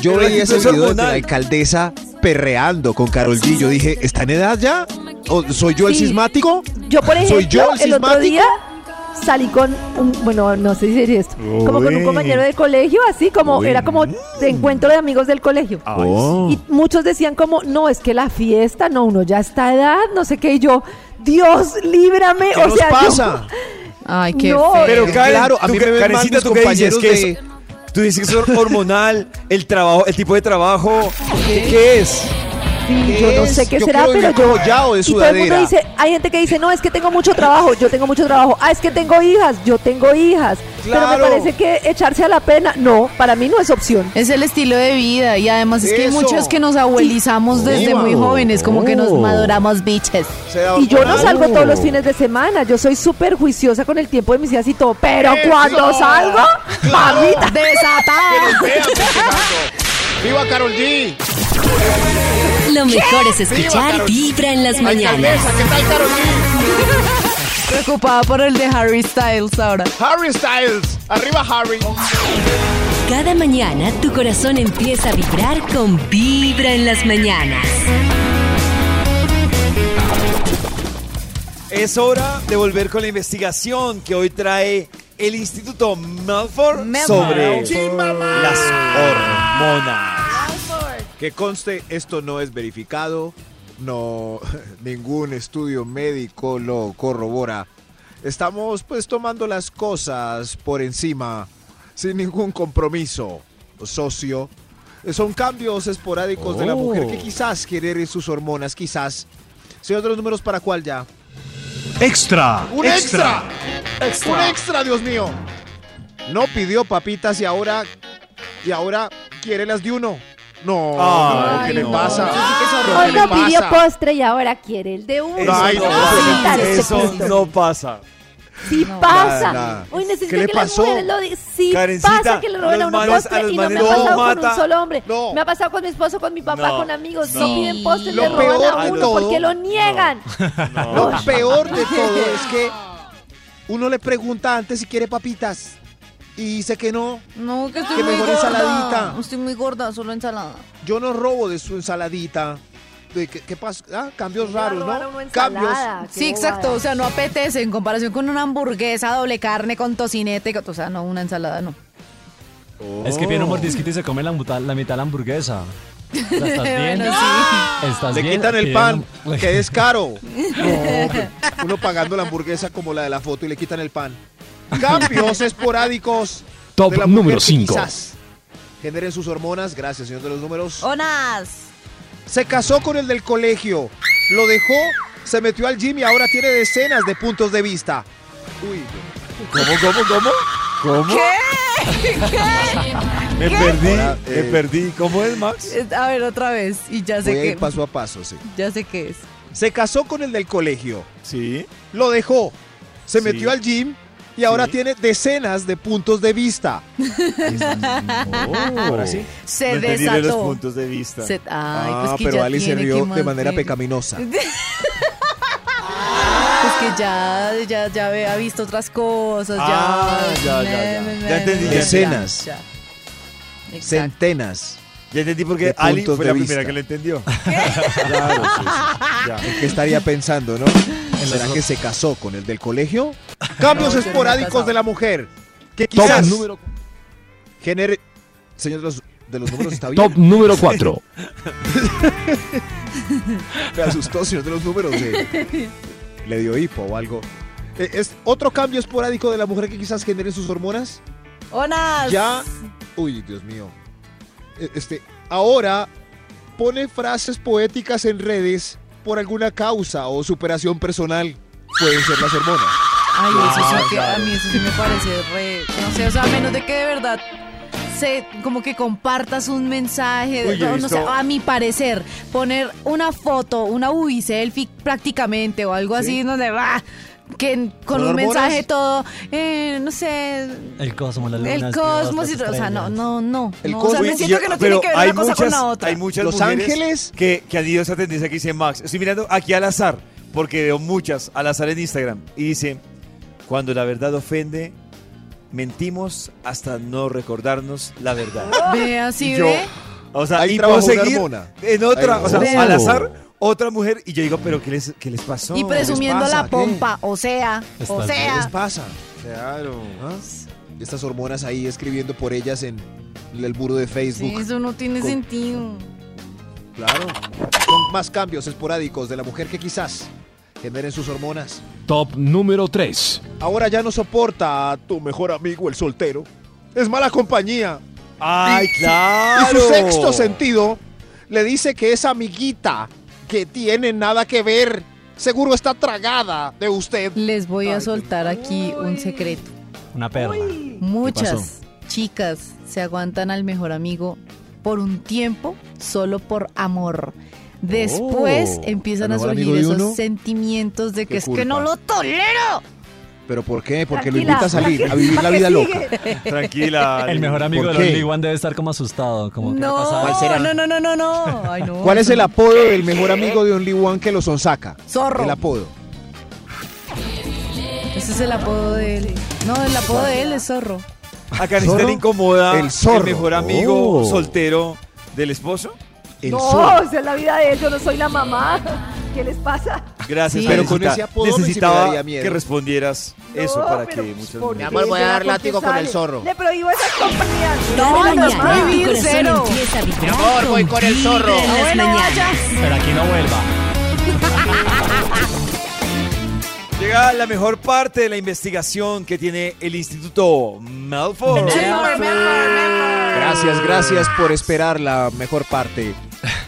Speaker 7: yo
Speaker 2: Pero
Speaker 7: veía ese
Speaker 2: actitud es
Speaker 7: video de la
Speaker 2: hormonal.
Speaker 7: alcaldesa perreando con Carol G. Yo dije, ¿está en edad ya? ¿O ¿Soy yo el
Speaker 6: Sí.
Speaker 7: sismático?
Speaker 6: Yo, por ejemplo,
Speaker 7: ¿Soy yo el
Speaker 6: el, otro
Speaker 7: sismático?
Speaker 6: día salí con un, bueno, no sé si sería esto, como con
Speaker 2: Uy.
Speaker 6: un compañero de colegio, así como,
Speaker 7: Uy.
Speaker 6: era como de encuentro de amigos del colegio.
Speaker 7: Oh.
Speaker 6: Y muchos decían como, no, es que la fiesta, no, uno ya está a edad, no sé qué, y yo, Dios, líbrame.
Speaker 7: ¿Qué
Speaker 6: o
Speaker 7: nos
Speaker 6: sea, yo- <laughs>
Speaker 7: pasa?
Speaker 4: Ay, qué
Speaker 6: No, eh,
Speaker 4: feo.
Speaker 2: Pero Karen,
Speaker 7: Claro, a
Speaker 2: tú
Speaker 7: mí
Speaker 2: que-
Speaker 7: me ven mal
Speaker 2: Karencita,
Speaker 7: mis
Speaker 2: ¿tú qué dices?
Speaker 7: compañeros
Speaker 2: ¿Qué es?
Speaker 7: de-
Speaker 2: Tú dices que es hormonal, el trabajo, el tipo de trabajo. ¿Qué, qué es?
Speaker 6: Sí, yo no sé qué
Speaker 7: Yo
Speaker 6: será,
Speaker 7: quiero
Speaker 6: pero
Speaker 7: vivir
Speaker 6: yo.
Speaker 7: como Yao de
Speaker 6: y todo el mundo
Speaker 7: sudadera.
Speaker 6: dice, hay gente que dice, no, es que tengo mucho trabajo, yo tengo mucho trabajo. Ah, es que tengo hijas, yo tengo hijas.
Speaker 7: Claro.
Speaker 6: Pero me parece que echarse a la pena, no, para mí no es opción.
Speaker 4: Es el estilo de vida y además es que hay
Speaker 7: Eso.
Speaker 4: muchos que nos abuelizamos desde muy jóvenes, como que nos
Speaker 9: Oh.
Speaker 4: maduramos biches.
Speaker 7: Se da
Speaker 6: Y yo no
Speaker 7: hormonal.
Speaker 6: salgo todos los fines de semana, yo soy súper juiciosa con el tiempo de mis hijas y todo, pero
Speaker 3: Eso.
Speaker 6: cuando salgo, mamita.
Speaker 4: Desatada.
Speaker 3: ¡Viva Carol G!
Speaker 1: Lo mejor es
Speaker 3: Viva,
Speaker 1: escuchar
Speaker 3: Carol.
Speaker 1: Vibra en las mañanas.
Speaker 3: Alcaldesa, ¿qué tal Carol G?
Speaker 4: Preocupada por el de Harry Styles ahora.
Speaker 3: Harry Styles, arriba Harry.
Speaker 1: Cada mañana tu corazón empieza a vibrar con Vibra en las mañanas.
Speaker 2: Es hora de volver con la investigación que hoy trae el Instituto Melford
Speaker 4: Melford.
Speaker 2: sobre las hormonas.
Speaker 7: Que conste, esto no es verificado, no <laughs> ningún estudio médico lo corrobora. Estamos pues tomando las cosas por encima, sin ningún compromiso socio. Son cambios esporádicos de la mujer
Speaker 3: Oh.
Speaker 7: que quizás genere sus hormonas, quizás. Señor de los números, ¿para cuál ya?
Speaker 5: Extra.
Speaker 3: ¡Un extra! ¡Un extra, Dios mío!
Speaker 7: No pidió papitas y ahora y ahora quiere las de uno. No,
Speaker 2: Ay,
Speaker 7: no, ¿qué le
Speaker 2: no.
Speaker 7: pasa?
Speaker 6: Hoy
Speaker 7: ¿Qué le
Speaker 6: no pidió
Speaker 7: pasa?
Speaker 6: postre y ahora quiere el de uno.
Speaker 2: Eso,
Speaker 7: Ay,
Speaker 2: no,
Speaker 7: no,
Speaker 2: pasa,
Speaker 6: Solitario,
Speaker 2: eso
Speaker 6: chiquito.
Speaker 2: no pasa.
Speaker 6: este Sí pasa.
Speaker 7: Nada, nada.
Speaker 6: Hoy
Speaker 7: ¿Qué
Speaker 6: necesito
Speaker 7: le
Speaker 6: que las
Speaker 7: pasó?
Speaker 6: mujeres lo digan. Sí
Speaker 2: Karencita,
Speaker 6: pasa que le roben
Speaker 2: a
Speaker 6: a,
Speaker 2: los
Speaker 6: uno
Speaker 2: manes-
Speaker 6: postre
Speaker 2: a los
Speaker 6: y no me
Speaker 2: manes
Speaker 6: ha
Speaker 2: no
Speaker 6: pasado con
Speaker 2: mata.
Speaker 6: un solo hombre.
Speaker 7: No.
Speaker 6: Me ha pasado con mi esposo, con mi papá,
Speaker 2: No,
Speaker 6: con amigos.
Speaker 2: no.
Speaker 6: No, piden postre,
Speaker 7: Lo
Speaker 6: le roban
Speaker 7: peor
Speaker 6: a
Speaker 7: de
Speaker 6: uno
Speaker 7: todo-
Speaker 6: porque lo niegan.
Speaker 7: Lo peor de todo es que
Speaker 3: Uno le pregunta antes si quiere papitas y dice que no.
Speaker 4: No, que estoy
Speaker 3: Que
Speaker 4: muy
Speaker 3: mejor
Speaker 4: gorda.
Speaker 3: ensaladita.
Speaker 4: Estoy muy gorda, solo ensalada.
Speaker 3: Yo no robo de su ensaladita. De, ¿qué, qué pasa? Ah, cambios
Speaker 6: Va a
Speaker 3: raros,
Speaker 6: robar una
Speaker 3: ¿no? Cambios.
Speaker 6: ensalada, Ah, qué
Speaker 4: Sí, exacto.
Speaker 6: bobada.
Speaker 4: O sea, no apetece en comparación con una hamburguesa, doble carne, con tocinete. con- O sea, no, una ensalada no.
Speaker 9: Es que viene un mordisquito y se come la, muta- la mitad de la hamburguesa. O sea, ¿Estás bien?
Speaker 4: Bueno, sí.
Speaker 9: ¿Estás
Speaker 3: Le
Speaker 9: bien?
Speaker 3: quitan el
Speaker 9: Piden
Speaker 3: pan,
Speaker 9: un-
Speaker 3: que descaro. No, uno pagando la hamburguesa como la de la foto y le quitan el pan. Cambios esporádicos.
Speaker 9: Top
Speaker 3: de la mujer
Speaker 9: número
Speaker 3: que
Speaker 9: cinco.
Speaker 3: quizás Generen sus hormonas, gracias señor de los números.
Speaker 4: Onas.
Speaker 3: Se casó con el del colegio, lo dejó, se metió al gym y ahora tiene decenas de puntos de vista. Uy,
Speaker 2: ¿Cómo, cómo, cómo? ¿Cómo? Me perdí, me perdí. ¿Cómo es, Max?
Speaker 4: Eh, A ver, otra vez. Y ya sé
Speaker 3: voy a
Speaker 4: que.
Speaker 3: ir paso a paso, sí.
Speaker 4: Ya sé qué es.
Speaker 3: Se casó con el del colegio,
Speaker 2: Sí.
Speaker 3: lo dejó, se
Speaker 2: <laughs> Sí.
Speaker 3: metió al gym y ahora
Speaker 2: Sí.
Speaker 3: tiene decenas de puntos de vista.
Speaker 2: Ahora sí.
Speaker 4: Se
Speaker 2: Oh. me entendí de los
Speaker 4: desató.
Speaker 2: puntos de vista.
Speaker 4: Se- Ay,
Speaker 3: Ah,
Speaker 4: pues que
Speaker 3: pero
Speaker 4: ya
Speaker 3: Ali se
Speaker 4: tiene, ¿qué
Speaker 3: rió de
Speaker 4: más
Speaker 3: manera
Speaker 4: tiene?
Speaker 3: pecaminosa.
Speaker 4: Pues que ya, ya, ya ve- ha visto otras cosas. Ya,
Speaker 2: Ah, ya, ya, ya.
Speaker 4: Me- me-
Speaker 2: Ya entendí, ya.
Speaker 3: Decenas.
Speaker 4: ya. Exacto.
Speaker 3: Centenas.
Speaker 2: Ya entendí porque
Speaker 3: De
Speaker 2: Ali
Speaker 3: puntos
Speaker 2: fue
Speaker 3: de
Speaker 2: la primera
Speaker 3: vista.
Speaker 2: que le
Speaker 4: <laughs>
Speaker 2: entendió.
Speaker 3: Claro, sí, sí. Ya. ¿En ¿Qué estaría pensando, no? ¿Será que se casó con el del colegio? Cambios
Speaker 4: No, yo no me he
Speaker 3: esporádicos
Speaker 4: casado.
Speaker 3: de la mujer. Que
Speaker 9: Top
Speaker 3: quizás
Speaker 9: número-
Speaker 3: genere... Señor de los, de los números, ¿está bien?
Speaker 9: Top número 4.
Speaker 3: Me asustó, señor de los números. eh. Le dio hipo o algo. Eh, Es otro cambio esporádico de la mujer que quizás genere sus hormonas.
Speaker 4: Onas.
Speaker 3: Ya... Uy, Dios mío. Eh, Este, ahora pone frases poéticas en redes por alguna causa o superación personal. Pueden ser las hormonas.
Speaker 4: Ay, eso
Speaker 2: Ah,
Speaker 4: sí que a mí eso sí me parece re. No sé, o sea, a menos de que de verdad se como que compartas un mensaje,
Speaker 2: Uy, yo he
Speaker 4: no, no sé,
Speaker 2: visto-
Speaker 4: a mi parecer, poner una foto, una uy selfie prácticamente o algo así donde va que con
Speaker 3: ¿Con
Speaker 4: un
Speaker 3: hormonas?
Speaker 4: mensaje todo, eh, no sé,
Speaker 9: El cosmos, la luna,
Speaker 4: el
Speaker 9: las
Speaker 4: cosmos y o
Speaker 9: estrellas,
Speaker 4: sea, no,
Speaker 9: las
Speaker 4: no, no.
Speaker 3: El
Speaker 4: no, o sea,
Speaker 3: cosmos
Speaker 4: me
Speaker 3: y-
Speaker 4: siento que no tiene
Speaker 2: pero
Speaker 4: que ver
Speaker 2: hay
Speaker 4: una cosa con
Speaker 2: muchas-
Speaker 4: la otra.
Speaker 2: Hay muchas
Speaker 3: Los
Speaker 2: mujeres
Speaker 3: Ángeles.
Speaker 2: Que, que han ido a esa tendencia que dice Max. Estoy mirando aquí al azar, porque veo muchas al azar en Instagram. Y dice, cuando la verdad ofende, mentimos hasta no recordarnos la
Speaker 4: <laughs>
Speaker 2: verdad.
Speaker 4: Ve así,
Speaker 2: Y yo,
Speaker 4: Oh, ve.
Speaker 2: o sea,
Speaker 3: Ahí
Speaker 2: y
Speaker 3: trabajó
Speaker 2: puedo
Speaker 3: una
Speaker 2: seguir
Speaker 3: hormona.
Speaker 2: en otra,
Speaker 3: Ahí
Speaker 2: o sea,
Speaker 4: trabajó.
Speaker 2: al azar, otra mujer. Y yo digo, pero ¿qué les, qué les pasó?
Speaker 4: y presumiendo
Speaker 3: pasa?
Speaker 4: la
Speaker 3: ¿Qué?
Speaker 4: pompa, o sea, o
Speaker 9: Estás
Speaker 4: sea.
Speaker 3: les pasa? Claro. Estas hormonas ahí escribiendo por ellas en el muro de
Speaker 4: Sí,
Speaker 3: Facebook.
Speaker 4: eso no tiene
Speaker 3: Con-
Speaker 4: sentido.
Speaker 3: Claro. Son más cambios esporádicos de la mujer que quizás generen sus hormonas.
Speaker 9: Top número 3.
Speaker 3: Ahora ya no soporta a tu mejor amigo el soltero. Es mala compañía.
Speaker 2: ¡Ay, claro!
Speaker 3: Y su sexto sentido le dice que esa amiguita que tiene nada que ver, seguro está tragada de usted.
Speaker 4: Les voy a soltar aquí un secreto.
Speaker 9: Una perla.
Speaker 4: Muchas chicas se aguantan al mejor amigo por un tiempo solo por amor. Después
Speaker 3: Oh,
Speaker 4: empiezan
Speaker 3: ¿el
Speaker 4: a
Speaker 3: mejor
Speaker 4: surgir
Speaker 3: amigo de
Speaker 4: esos
Speaker 3: uno?
Speaker 4: sentimientos de
Speaker 3: Qué
Speaker 4: que es
Speaker 3: culpa.
Speaker 4: que no lo tolero.
Speaker 3: ¿Pero por qué? Porque
Speaker 6: Tranquila,
Speaker 3: lo invita a salir, a vivir la
Speaker 6: tranquila,
Speaker 3: vida
Speaker 6: que
Speaker 3: loca.
Speaker 6: sigue.
Speaker 2: Tranquila.
Speaker 9: <laughs> El mejor amigo
Speaker 3: ¿Por
Speaker 9: del
Speaker 3: qué?
Speaker 9: Only One debe estar como asustado. Como ¿qué le pasa?
Speaker 4: No, no, no, no, no, no. Ay, no.
Speaker 3: ¿Cuál es el apodo del mejor amigo de Only One que lo sonsaca?
Speaker 4: Zorro.
Speaker 3: El apodo.
Speaker 4: Ese es el apodo de él. No, el apodo de él es zorro.
Speaker 2: Acá en esta
Speaker 3: Zorro.
Speaker 2: le incomoda
Speaker 3: El zorro.
Speaker 2: mejor amigo
Speaker 3: Oh.
Speaker 2: soltero del esposo.
Speaker 3: El
Speaker 6: No,
Speaker 3: zorro.
Speaker 6: esa es la vida de él, yo no soy la mamá. ¿Qué les pasa?
Speaker 2: Gracias,
Speaker 4: Sí.
Speaker 3: Pero
Speaker 2: Karencita.
Speaker 3: con ese apodo me sí me
Speaker 2: necesitaba
Speaker 3: daría miedo.
Speaker 2: que respondieras eso
Speaker 6: No,
Speaker 2: para que
Speaker 6: pero,
Speaker 2: muchas
Speaker 6: ¿por
Speaker 2: mujeres-
Speaker 6: qué?
Speaker 3: amor, voy a
Speaker 6: Vea
Speaker 3: dar
Speaker 6: por qué
Speaker 3: látigo con el
Speaker 6: sale.
Speaker 3: zorro.
Speaker 6: Le prohíbo esas compañías.
Speaker 4: No,
Speaker 6: Dale,
Speaker 4: no,
Speaker 6: mamá.
Speaker 4: no, prohibir, cero.
Speaker 1: Mi amor, voy con el zorro.
Speaker 4: Ah, bueno, vaya.
Speaker 9: Pero aquí no vuelva.
Speaker 2: Llega la mejor parte de la investigación que tiene el Instituto Malfoy.
Speaker 3: Gracias, gracias por esperar la mejor parte.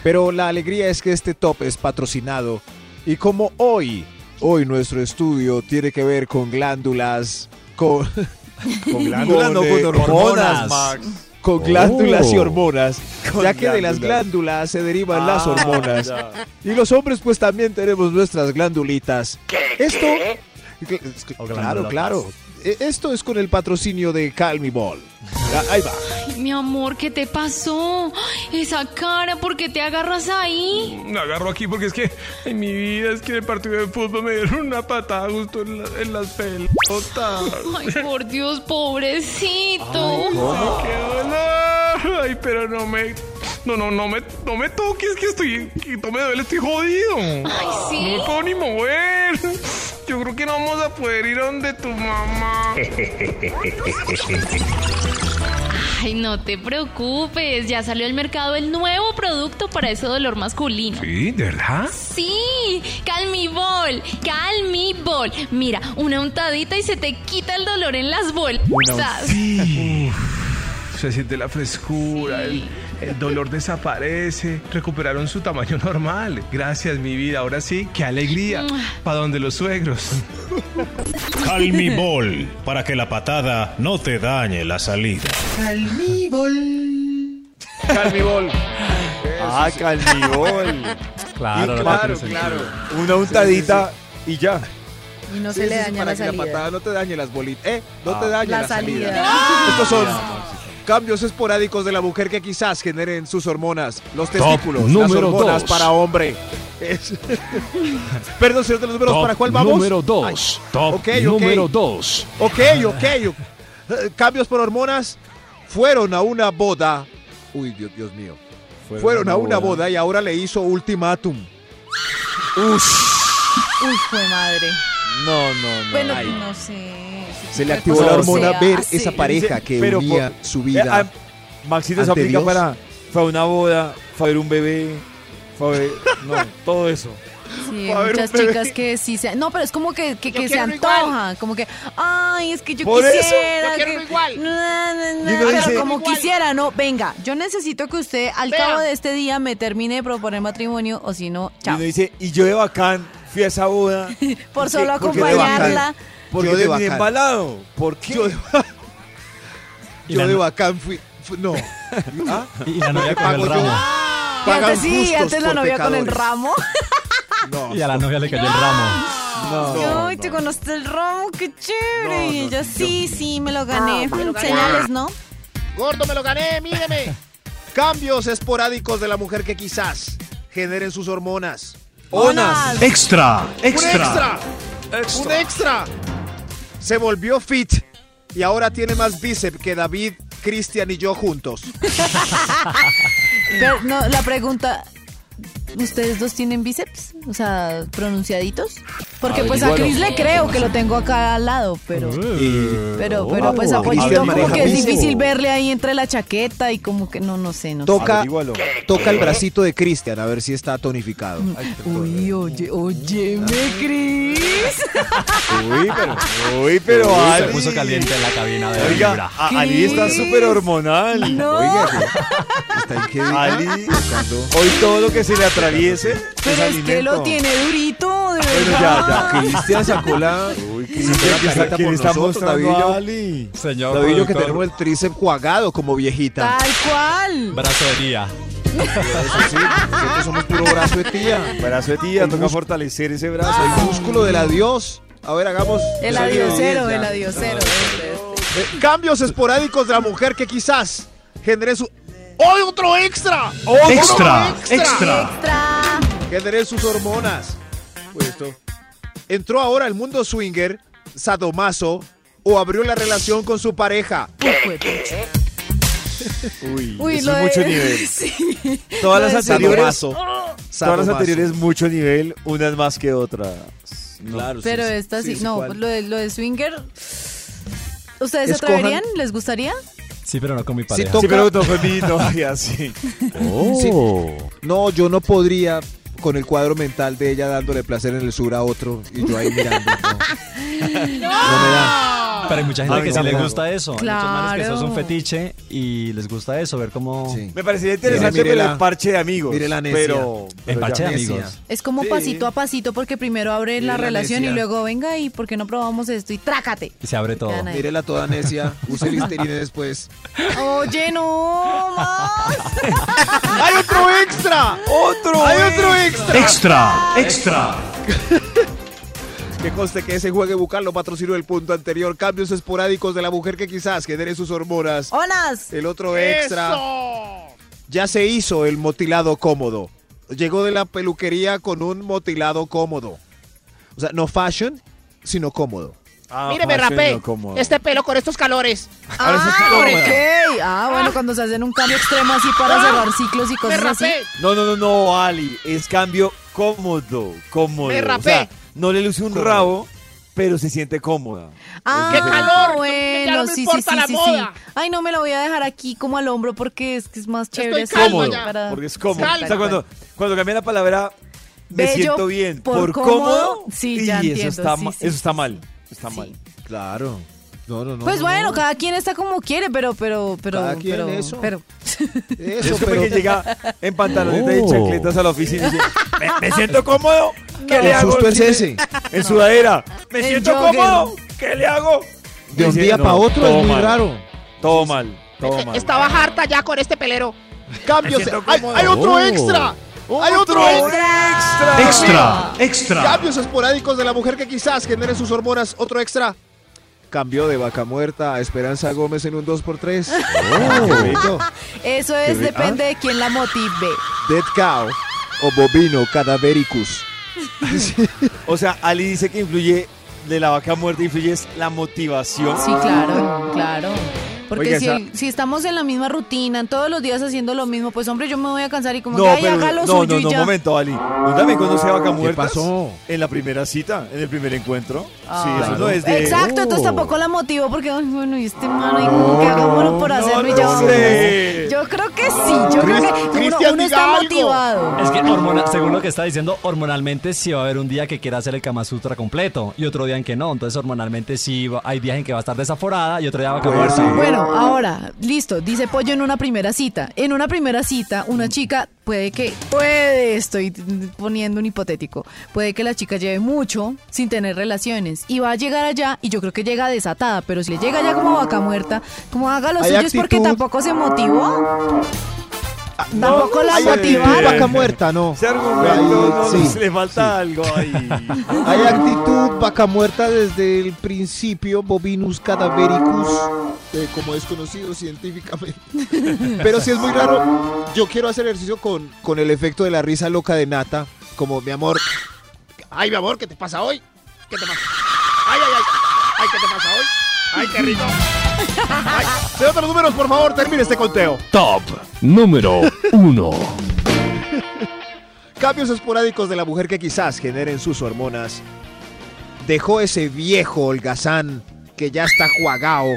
Speaker 3: Pero la alegría es que este top es patrocinado. Y como hoy, hoy nuestro estudio tiene que ver con glándulas, con,
Speaker 2: <laughs> Con glándulas, no
Speaker 3: Con,
Speaker 2: con
Speaker 3: eh,
Speaker 2: hormonas,
Speaker 9: hormonas.
Speaker 2: Max.
Speaker 3: con glándulas y hormonas,
Speaker 2: Con
Speaker 3: ya que de las
Speaker 2: glándulas.
Speaker 3: glándulas se derivan las
Speaker 2: Ah,
Speaker 3: hormonas.
Speaker 2: ya.
Speaker 3: Y los hombres pues también tenemos nuestras glándulitas. Esto... Cl-
Speaker 9: O
Speaker 3: Claro,
Speaker 9: glandulotas.
Speaker 3: claro.
Speaker 7: E- Esto es con el patrocinio de Calmi Ball. Ah, Ahí va.
Speaker 10: Ay, mi amor, ¿qué te pasó? Ay, Esa cara, ¿por qué te agarras ahí?
Speaker 11: Me Mm, agarro aquí porque es que en mi vida es que en el partido de fútbol me dieron una patada justo en, la- en las pelotas.
Speaker 7: <laughs>
Speaker 10: Ay, por Dios, pobrecito.
Speaker 7: Ah.
Speaker 11: ¡Qué dolor! Ay, pero no me. No, no, no me, no me toques, que estoy. Que no me duele, estoy jodido.
Speaker 10: Ay, sí.
Speaker 11: No me puedo ni mover. Yo creo que no vamos a poder ir a donde tu mamá.
Speaker 10: Ay, no te preocupes, ya salió al mercado el nuevo producto para ese dolor masculino.
Speaker 11: Sí, ¿de verdad?
Speaker 10: Sí, Calmibol, Calmibol. Mira, una untadita y se te quita el dolor en las bolsas.
Speaker 11: Sí. Uf, se siente la frescura,
Speaker 10: Sí.
Speaker 11: el, el dolor desaparece, recuperaron su tamaño <laughs> normal. Gracias, mi vida. Ahora sí, qué alegría.
Speaker 4: Mm.
Speaker 11: Para donde los suegros.
Speaker 5: Calmibol, para que la patada no te dañe la salida.
Speaker 2: Calmibol. ah, Calmibol.
Speaker 9: Claro,
Speaker 2: Y
Speaker 9: Ah, no
Speaker 2: claro,
Speaker 9: tiene sentido.
Speaker 2: Una untadita y ya.
Speaker 4: Y no se
Speaker 7: Sí,
Speaker 4: le
Speaker 7: sí, sí,
Speaker 4: daña
Speaker 7: para
Speaker 4: la
Speaker 7: que la
Speaker 4: salida.
Speaker 7: patada no te dañe las bolitas. Eh, no te
Speaker 2: Ah.
Speaker 7: dañe la,
Speaker 4: La
Speaker 7: salida.
Speaker 4: salida. Ah.
Speaker 7: Estos son cambios esporádicos de la mujer que quizás generen sus hormonas, los testículos, las
Speaker 9: número
Speaker 7: hormonas
Speaker 9: dos.
Speaker 7: para hombre. Es- <laughs> Perdón, señor de los números, ¿para cuál vamos?
Speaker 9: Número 2.
Speaker 7: Ay,
Speaker 9: Top
Speaker 7: ok, ok.
Speaker 9: número 2.
Speaker 7: Ok, ok. Eh, Cambios por hormonas. Fueron a una boda. Uy, Dios, Dios mío. Fueron, a una boda. y ahora le hizo ultimátum.
Speaker 4: Uy, fue madre.
Speaker 7: No, no, no.
Speaker 4: Bueno, pues, no sé.
Speaker 7: Se le activó
Speaker 4: Pues,
Speaker 7: la
Speaker 4: o
Speaker 7: hormona
Speaker 4: sea,
Speaker 7: ver
Speaker 4: sí.
Speaker 7: esa pareja que
Speaker 2: Pero
Speaker 7: unía
Speaker 2: por-
Speaker 7: su vida.
Speaker 2: Eh, ah, Maxito se
Speaker 7: ante
Speaker 2: aplica
Speaker 7: Dios.
Speaker 2: para, para una boda, para ver un bebé, para
Speaker 7: <laughs>
Speaker 2: ver- no, todo eso.
Speaker 4: Sí,
Speaker 2: Va a haber
Speaker 4: muchas
Speaker 2: un bebé.
Speaker 4: chicas que sí se... No, pero es como que, que,
Speaker 8: Yo
Speaker 4: que se
Speaker 8: quiero uno igual.
Speaker 4: antoja. Como que, ay, es que yo
Speaker 2: Por eso, yo
Speaker 4: quisiera...
Speaker 8: quiero
Speaker 4: que-
Speaker 8: uno igual.
Speaker 4: Na, na, na,
Speaker 2: Y uno
Speaker 4: pero
Speaker 2: dice-
Speaker 4: como
Speaker 8: Igual.
Speaker 4: quisiera, no. Venga, yo necesito que usted al
Speaker 8: Vea.
Speaker 4: cabo de este día me termine de proponer matrimonio o si no,
Speaker 2: Y
Speaker 4: chao.
Speaker 2: uno dice, y yo de bacán fui a esa boda.
Speaker 4: Por <laughs> solo
Speaker 2: porque de
Speaker 4: acompañarla.
Speaker 2: Porque
Speaker 7: Yo de
Speaker 2: terminé
Speaker 7: bacán.
Speaker 2: embalado. ¿Por qué? Ah,
Speaker 7: Yo de,
Speaker 9: Y
Speaker 7: yo
Speaker 9: la
Speaker 7: de
Speaker 9: no-
Speaker 7: bacán fui. fu- <laughs> no. ¿Ah?
Speaker 9: Y y la novia con el
Speaker 7: Pago yo.
Speaker 9: ramo.
Speaker 4: Y
Speaker 7: Pagan
Speaker 4: antes sí,
Speaker 7: justos
Speaker 4: antes la
Speaker 7: por
Speaker 4: novia con el
Speaker 7: pecadores.
Speaker 4: ramo.
Speaker 7: No.
Speaker 9: Y a la novia le cayó el ramo.
Speaker 2: No,
Speaker 4: <laughs> Yo te conozco el ramo, qué chévere.
Speaker 2: No, no,
Speaker 4: y ella, sí, sí, me lo gané.
Speaker 8: Ah, me lo gané.
Speaker 4: Señales, ¿no?
Speaker 3: Gordo, me lo gané, míreme.
Speaker 7: Cambios esporádicos de la mujer que quizás generen sus hormonas.
Speaker 2: Onas.
Speaker 5: Extra,
Speaker 7: ¡Un
Speaker 5: extra.
Speaker 7: extra! ¡Un extra! Se volvió fit y ahora tiene más bíceps que David, Cristian y yo juntos.
Speaker 4: Pero no, la pregunta, ¿ustedes dos tienen bíceps? O sea, pronunciaditos. Porque pues a Cris le creo que lo tengo acá al lado, pero... Pero, pero pues
Speaker 7: Oh,
Speaker 4: a Pollito
Speaker 7: Cristian
Speaker 4: como
Speaker 7: maneja
Speaker 4: que es
Speaker 7: bíceps.
Speaker 4: difícil verle ahí entre la chaqueta y como que no, no sé, no sé.
Speaker 7: Toca,
Speaker 2: Averígualo.
Speaker 7: toca el bracito de Cristian a ver si está tonificado.
Speaker 4: Uy, oye, óyeme, Cris.
Speaker 2: Uy,
Speaker 7: <laughs>
Speaker 2: pero, uy, pero
Speaker 9: Se
Speaker 2: Ali.
Speaker 9: puso caliente en la cabina de
Speaker 2: Oiga,
Speaker 9: Vibra.
Speaker 2: a- Ali está
Speaker 4: ¿Qué?
Speaker 2: súper hormonal.
Speaker 4: No.
Speaker 7: Está increíble.
Speaker 2: Ali, hoy todo lo que se le atraviese es
Speaker 4: Pero es que
Speaker 2: alimento.
Speaker 4: lo tiene durito, de
Speaker 2: Bueno, ya,
Speaker 4: verdad.
Speaker 2: ya,
Speaker 7: Cristian sacó la...
Speaker 2: <laughs> Uy, ¿quién
Speaker 7: sacó la carita por nosotros, David y yo.
Speaker 2: Ali?
Speaker 9: Señor
Speaker 7: David y yo que
Speaker 9: productor,
Speaker 7: tenemos el tríceps cuagado como viejita.
Speaker 4: Tal cual.
Speaker 9: bracería.
Speaker 7: Eso sí, nosotros somos puro brazo de tía.
Speaker 2: Brazo de tía,
Speaker 7: El
Speaker 2: toca
Speaker 7: mus-
Speaker 2: fortalecer ese brazo.
Speaker 7: El músculo del adiós. A ver, hagamos...
Speaker 4: El adiosero, el adiosero. este, este.
Speaker 7: Eh, Cambios esporádicos de la mujer que quizás genere su...
Speaker 3: ¡Hoy otro extra!
Speaker 5: Extra,
Speaker 3: extra.
Speaker 5: extra.
Speaker 4: Tra-
Speaker 7: generen sus hormonas. Pues esto. Entró ahora al mundo swinger, sadomaso, o abrió la relación con su pareja.
Speaker 2: Uy,
Speaker 4: Uy,
Speaker 2: eso
Speaker 4: lo
Speaker 2: es
Speaker 8: <laughs>
Speaker 4: de-
Speaker 2: mucho nivel.
Speaker 4: Sí.
Speaker 2: Todas
Speaker 4: lo
Speaker 2: las
Speaker 4: de
Speaker 2: anteriores,
Speaker 7: Sadomaso.
Speaker 2: todas las
Speaker 7: Sadomaso.
Speaker 2: anteriores mucho nivel, unas más que otras. Claro,
Speaker 4: Pero esta sí, no, lo de, lo de swinger. ¿Ustedes se
Speaker 7: Escojan-
Speaker 4: atreverían? ¿Les gustaría?
Speaker 9: Sí, pero no con mi pareja.
Speaker 7: to-
Speaker 2: Sí,
Speaker 7: toca-
Speaker 2: pero no fue mi novia, <laughs> mm, sí.
Speaker 7: Oh. No, yo no podría con el cuadro mental de ella dándole placer en el sur a otro y yo ahí mirando.
Speaker 2: <laughs>
Speaker 7: No, No me da.
Speaker 9: Pero hay mucha gente
Speaker 7: Ay,
Speaker 9: que
Speaker 7: no,
Speaker 9: sí le
Speaker 7: no.
Speaker 9: gusta eso. Hay muchos manes que eso es
Speaker 4: Claro.
Speaker 9: un fetiche y les gusta eso, ver cómo...
Speaker 7: Sí.
Speaker 2: Me parecería interesante
Speaker 7: Mire, mire
Speaker 2: pero
Speaker 7: la-
Speaker 2: el parche de amigos.
Speaker 7: mire la necia.
Speaker 2: Pero, pero
Speaker 9: En parche de
Speaker 2: ya.
Speaker 7: necia.
Speaker 9: amigos.
Speaker 4: Es como
Speaker 2: Sí.
Speaker 4: pasito a pasito, porque primero abre la,
Speaker 7: la
Speaker 4: relación y
Speaker 7: necia.
Speaker 4: luego venga y ¿por qué no probamos esto? Y trácate.
Speaker 9: Y se abre todo.
Speaker 4: Gana ahí.
Speaker 7: Mírela toda necia, use listerine después.
Speaker 4: Oye, no más.
Speaker 7: ¡Hay otro extra!
Speaker 2: ¡Otro!
Speaker 7: eh. ¡Hay otro extra!
Speaker 5: Extra, extra.
Speaker 7: Que conste que ese juegue bucal lo patrocinó el punto anterior. Cambios esporádicos de la mujer que quizás genere sus hormonas.
Speaker 4: ¡Honas!
Speaker 7: El otro extra. Ya se hizo el motilado cómodo. Llegó de la peluquería con un motilado cómodo. O sea, no fashion, sino cómodo.
Speaker 2: Ah,
Speaker 8: Mire, me rapé este pelo con estos calores.
Speaker 4: Ah, ok. Ah, bueno, cuando se hacen un cambio extremo así para
Speaker 8: Ah,
Speaker 4: cerrar ciclos y cosas así.
Speaker 2: No, no, no, no, Ali. Es cambio cómodo, cómodo.
Speaker 8: Me rapé.
Speaker 2: O sea, no le luce un rabo, pero se siente cómoda.
Speaker 4: Ah,
Speaker 8: ¡Qué calor!
Speaker 4: Bueno,
Speaker 8: Ya no me
Speaker 4: sí, sí,
Speaker 8: importa
Speaker 4: sí,
Speaker 8: la
Speaker 4: sí,
Speaker 8: moda.
Speaker 4: sí. Ay, no me lo voy a dejar aquí como al hombro porque es que es más chévere.
Speaker 8: Estoy calma
Speaker 4: así,
Speaker 8: ya.
Speaker 4: para-
Speaker 2: Porque es cómodo.
Speaker 8: Calma.
Speaker 2: O sea, cuando, cuando cambié la palabra me
Speaker 4: Bello
Speaker 2: siento bien
Speaker 4: por
Speaker 2: por,
Speaker 4: cómodo,
Speaker 2: cómodo,
Speaker 4: sí,
Speaker 2: y
Speaker 4: ya entiendo,
Speaker 2: eso está
Speaker 4: sí,
Speaker 2: ma-
Speaker 4: sí,
Speaker 2: eso está
Speaker 4: sí,
Speaker 2: mal, está mal.
Speaker 7: Claro. No, no, no.
Speaker 4: Pues
Speaker 7: no,
Speaker 4: bueno,
Speaker 7: no.
Speaker 4: cada quien está como quiere, pero, pero, pero,
Speaker 7: Cada quien
Speaker 4: pero,
Speaker 7: eso.
Speaker 4: pero. <laughs>
Speaker 7: Eso,
Speaker 2: Eso fue
Speaker 7: pero- Oh.
Speaker 2: que llega en pantalones y chancletas a la oficina y dice, me, me siento cómodo, ¿qué le
Speaker 7: El
Speaker 2: hago?
Speaker 7: susto es
Speaker 2: En-
Speaker 7: ese.
Speaker 2: En sudadera, me
Speaker 4: En
Speaker 2: siento
Speaker 4: jogger.
Speaker 2: cómodo, ¿qué le hago?
Speaker 7: De
Speaker 2: Y
Speaker 7: un
Speaker 2: dice,
Speaker 7: día
Speaker 2: "No,
Speaker 7: para otro
Speaker 2: todo
Speaker 7: es muy
Speaker 2: mal,
Speaker 7: raro.
Speaker 2: Todo mal, todo mal.
Speaker 8: Estaba harta ya con este pelero.
Speaker 7: Cambios.
Speaker 2: Me siento
Speaker 7: Hay,
Speaker 2: cómodo.
Speaker 7: hay otro
Speaker 5: Oh.
Speaker 7: extra. Hay otro
Speaker 2: extra!
Speaker 5: Extra, extra.
Speaker 7: Cambios esporádicos de la mujer que quizás genere sus hormonas. Otro extra. Cambió de vaca muerta a Esperanza Gómez en un 2x3. Qué rico.
Speaker 4: Eso es,
Speaker 7: Qué ri-
Speaker 4: depende
Speaker 2: Ah.
Speaker 4: de quién la motive.
Speaker 7: Dead cow o bovino cadavericus.
Speaker 2: O sea, Ali dice que influye de la vaca muerta, influye es la motivación.
Speaker 4: Sí, claro, claro. Porque
Speaker 2: Oiga,
Speaker 4: si,
Speaker 2: esa-
Speaker 4: el- si estamos en la misma rutina, todos los días haciendo lo mismo, pues hombre, yo me voy a cansar y como
Speaker 2: No,
Speaker 4: que ay,
Speaker 2: pero,
Speaker 4: haga lo
Speaker 2: no,
Speaker 4: suyo
Speaker 2: no,
Speaker 4: y
Speaker 2: no,
Speaker 4: ya.
Speaker 2: momento, Ali. ¿No también conoce vaca muerta?
Speaker 7: pasó?
Speaker 2: En la primera cita, en el primer encuentro. sí,
Speaker 4: Ah.
Speaker 2: eso no es de...
Speaker 4: Exacto, entonces tampoco la motivo porque, ay, bueno, y este man ahí como que hagámoslo por
Speaker 2: no
Speaker 4: hacerlo y
Speaker 2: lo
Speaker 4: ya vamos.
Speaker 2: sé.
Speaker 4: Yo creo que sí, yo creo que uno,
Speaker 3: Cristian,
Speaker 4: uno
Speaker 3: diga
Speaker 4: está
Speaker 3: algo.
Speaker 4: motivado.
Speaker 9: Es que hormona- según lo que está diciendo, hormonalmente sí va a haber un día que quiera hacer el Kama Sutra completo y otro día en que no. Entonces hormonalmente sí va- hay días en que va a estar desaforada y otro día va a acabar.
Speaker 4: Bueno, ahora, listo, dice Pollo en una primera cita. En una primera cita, una chica puede que, puede, estoy poniendo un hipotético, puede que la chica lleve mucho sin tener relaciones y va a llegar allá y yo creo que llega desatada, pero si le llega ya como vaca muerta, como haga lo
Speaker 7: Hay
Speaker 4: suyo es porque
Speaker 7: actitud.
Speaker 4: tampoco se motivó.
Speaker 2: no,
Speaker 4: Tampoco la
Speaker 2: hay actitud,
Speaker 4: motivaron.
Speaker 7: eh, Vaca muerta, no.
Speaker 2: Ese argumento no,
Speaker 7: Sí,
Speaker 2: le falta algo
Speaker 7: <laughs>
Speaker 2: ahí.
Speaker 7: Hay actitud vaca muerta desde el principio, Bovinus cadavericus, eh, como es conocido científicamente. <laughs> Pero sí es muy raro. Yo quiero hacer ejercicio con, con el efecto de la risa loca de Nata, como mi amor.
Speaker 8: Ay, mi amor, ¿qué te pasa hoy? ¿Qué te pasa? Ay, ay, ay. Ay, ¿qué te pasa hoy? Ay, qué rico.
Speaker 7: Señor de los números, por favor, termine este conteo.
Speaker 5: Top número uno.
Speaker 7: Cambios esporádicos de la mujer que quizás generen sus hormonas. Dejó ese viejo holgazán que ya está juagao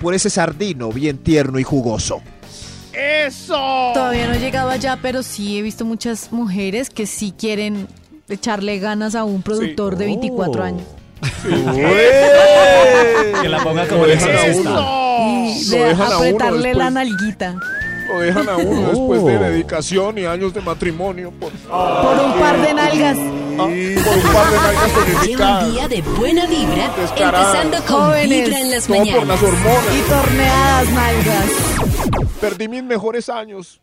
Speaker 7: por ese sardino bien tierno y jugoso.
Speaker 8: ¡Eso!
Speaker 4: Todavía no he llegado allá, pero sí he visto muchas mujeres que sí quieren echarle ganas a un productor de
Speaker 7: Oh.
Speaker 4: 24 <laughs> años.
Speaker 9: Que la ponga como el exorcista.
Speaker 4: Y
Speaker 7: Lo
Speaker 4: de
Speaker 7: dejan a uno
Speaker 4: apretarle la
Speaker 7: después.
Speaker 4: nalguita
Speaker 7: Lo dejan a uno
Speaker 5: después de
Speaker 7: dedicación y años de matrimonio. Por,
Speaker 4: por un par de nalgas.
Speaker 7: Ah, un par de años
Speaker 1: Lleva un día de buena vibra,
Speaker 7: Descarada.
Speaker 1: empezando con
Speaker 4: Jóvenes,
Speaker 1: vibra en las mañanas.
Speaker 7: hormonas.
Speaker 4: Y torneadas nalgas.
Speaker 7: Perdí mis mejores años.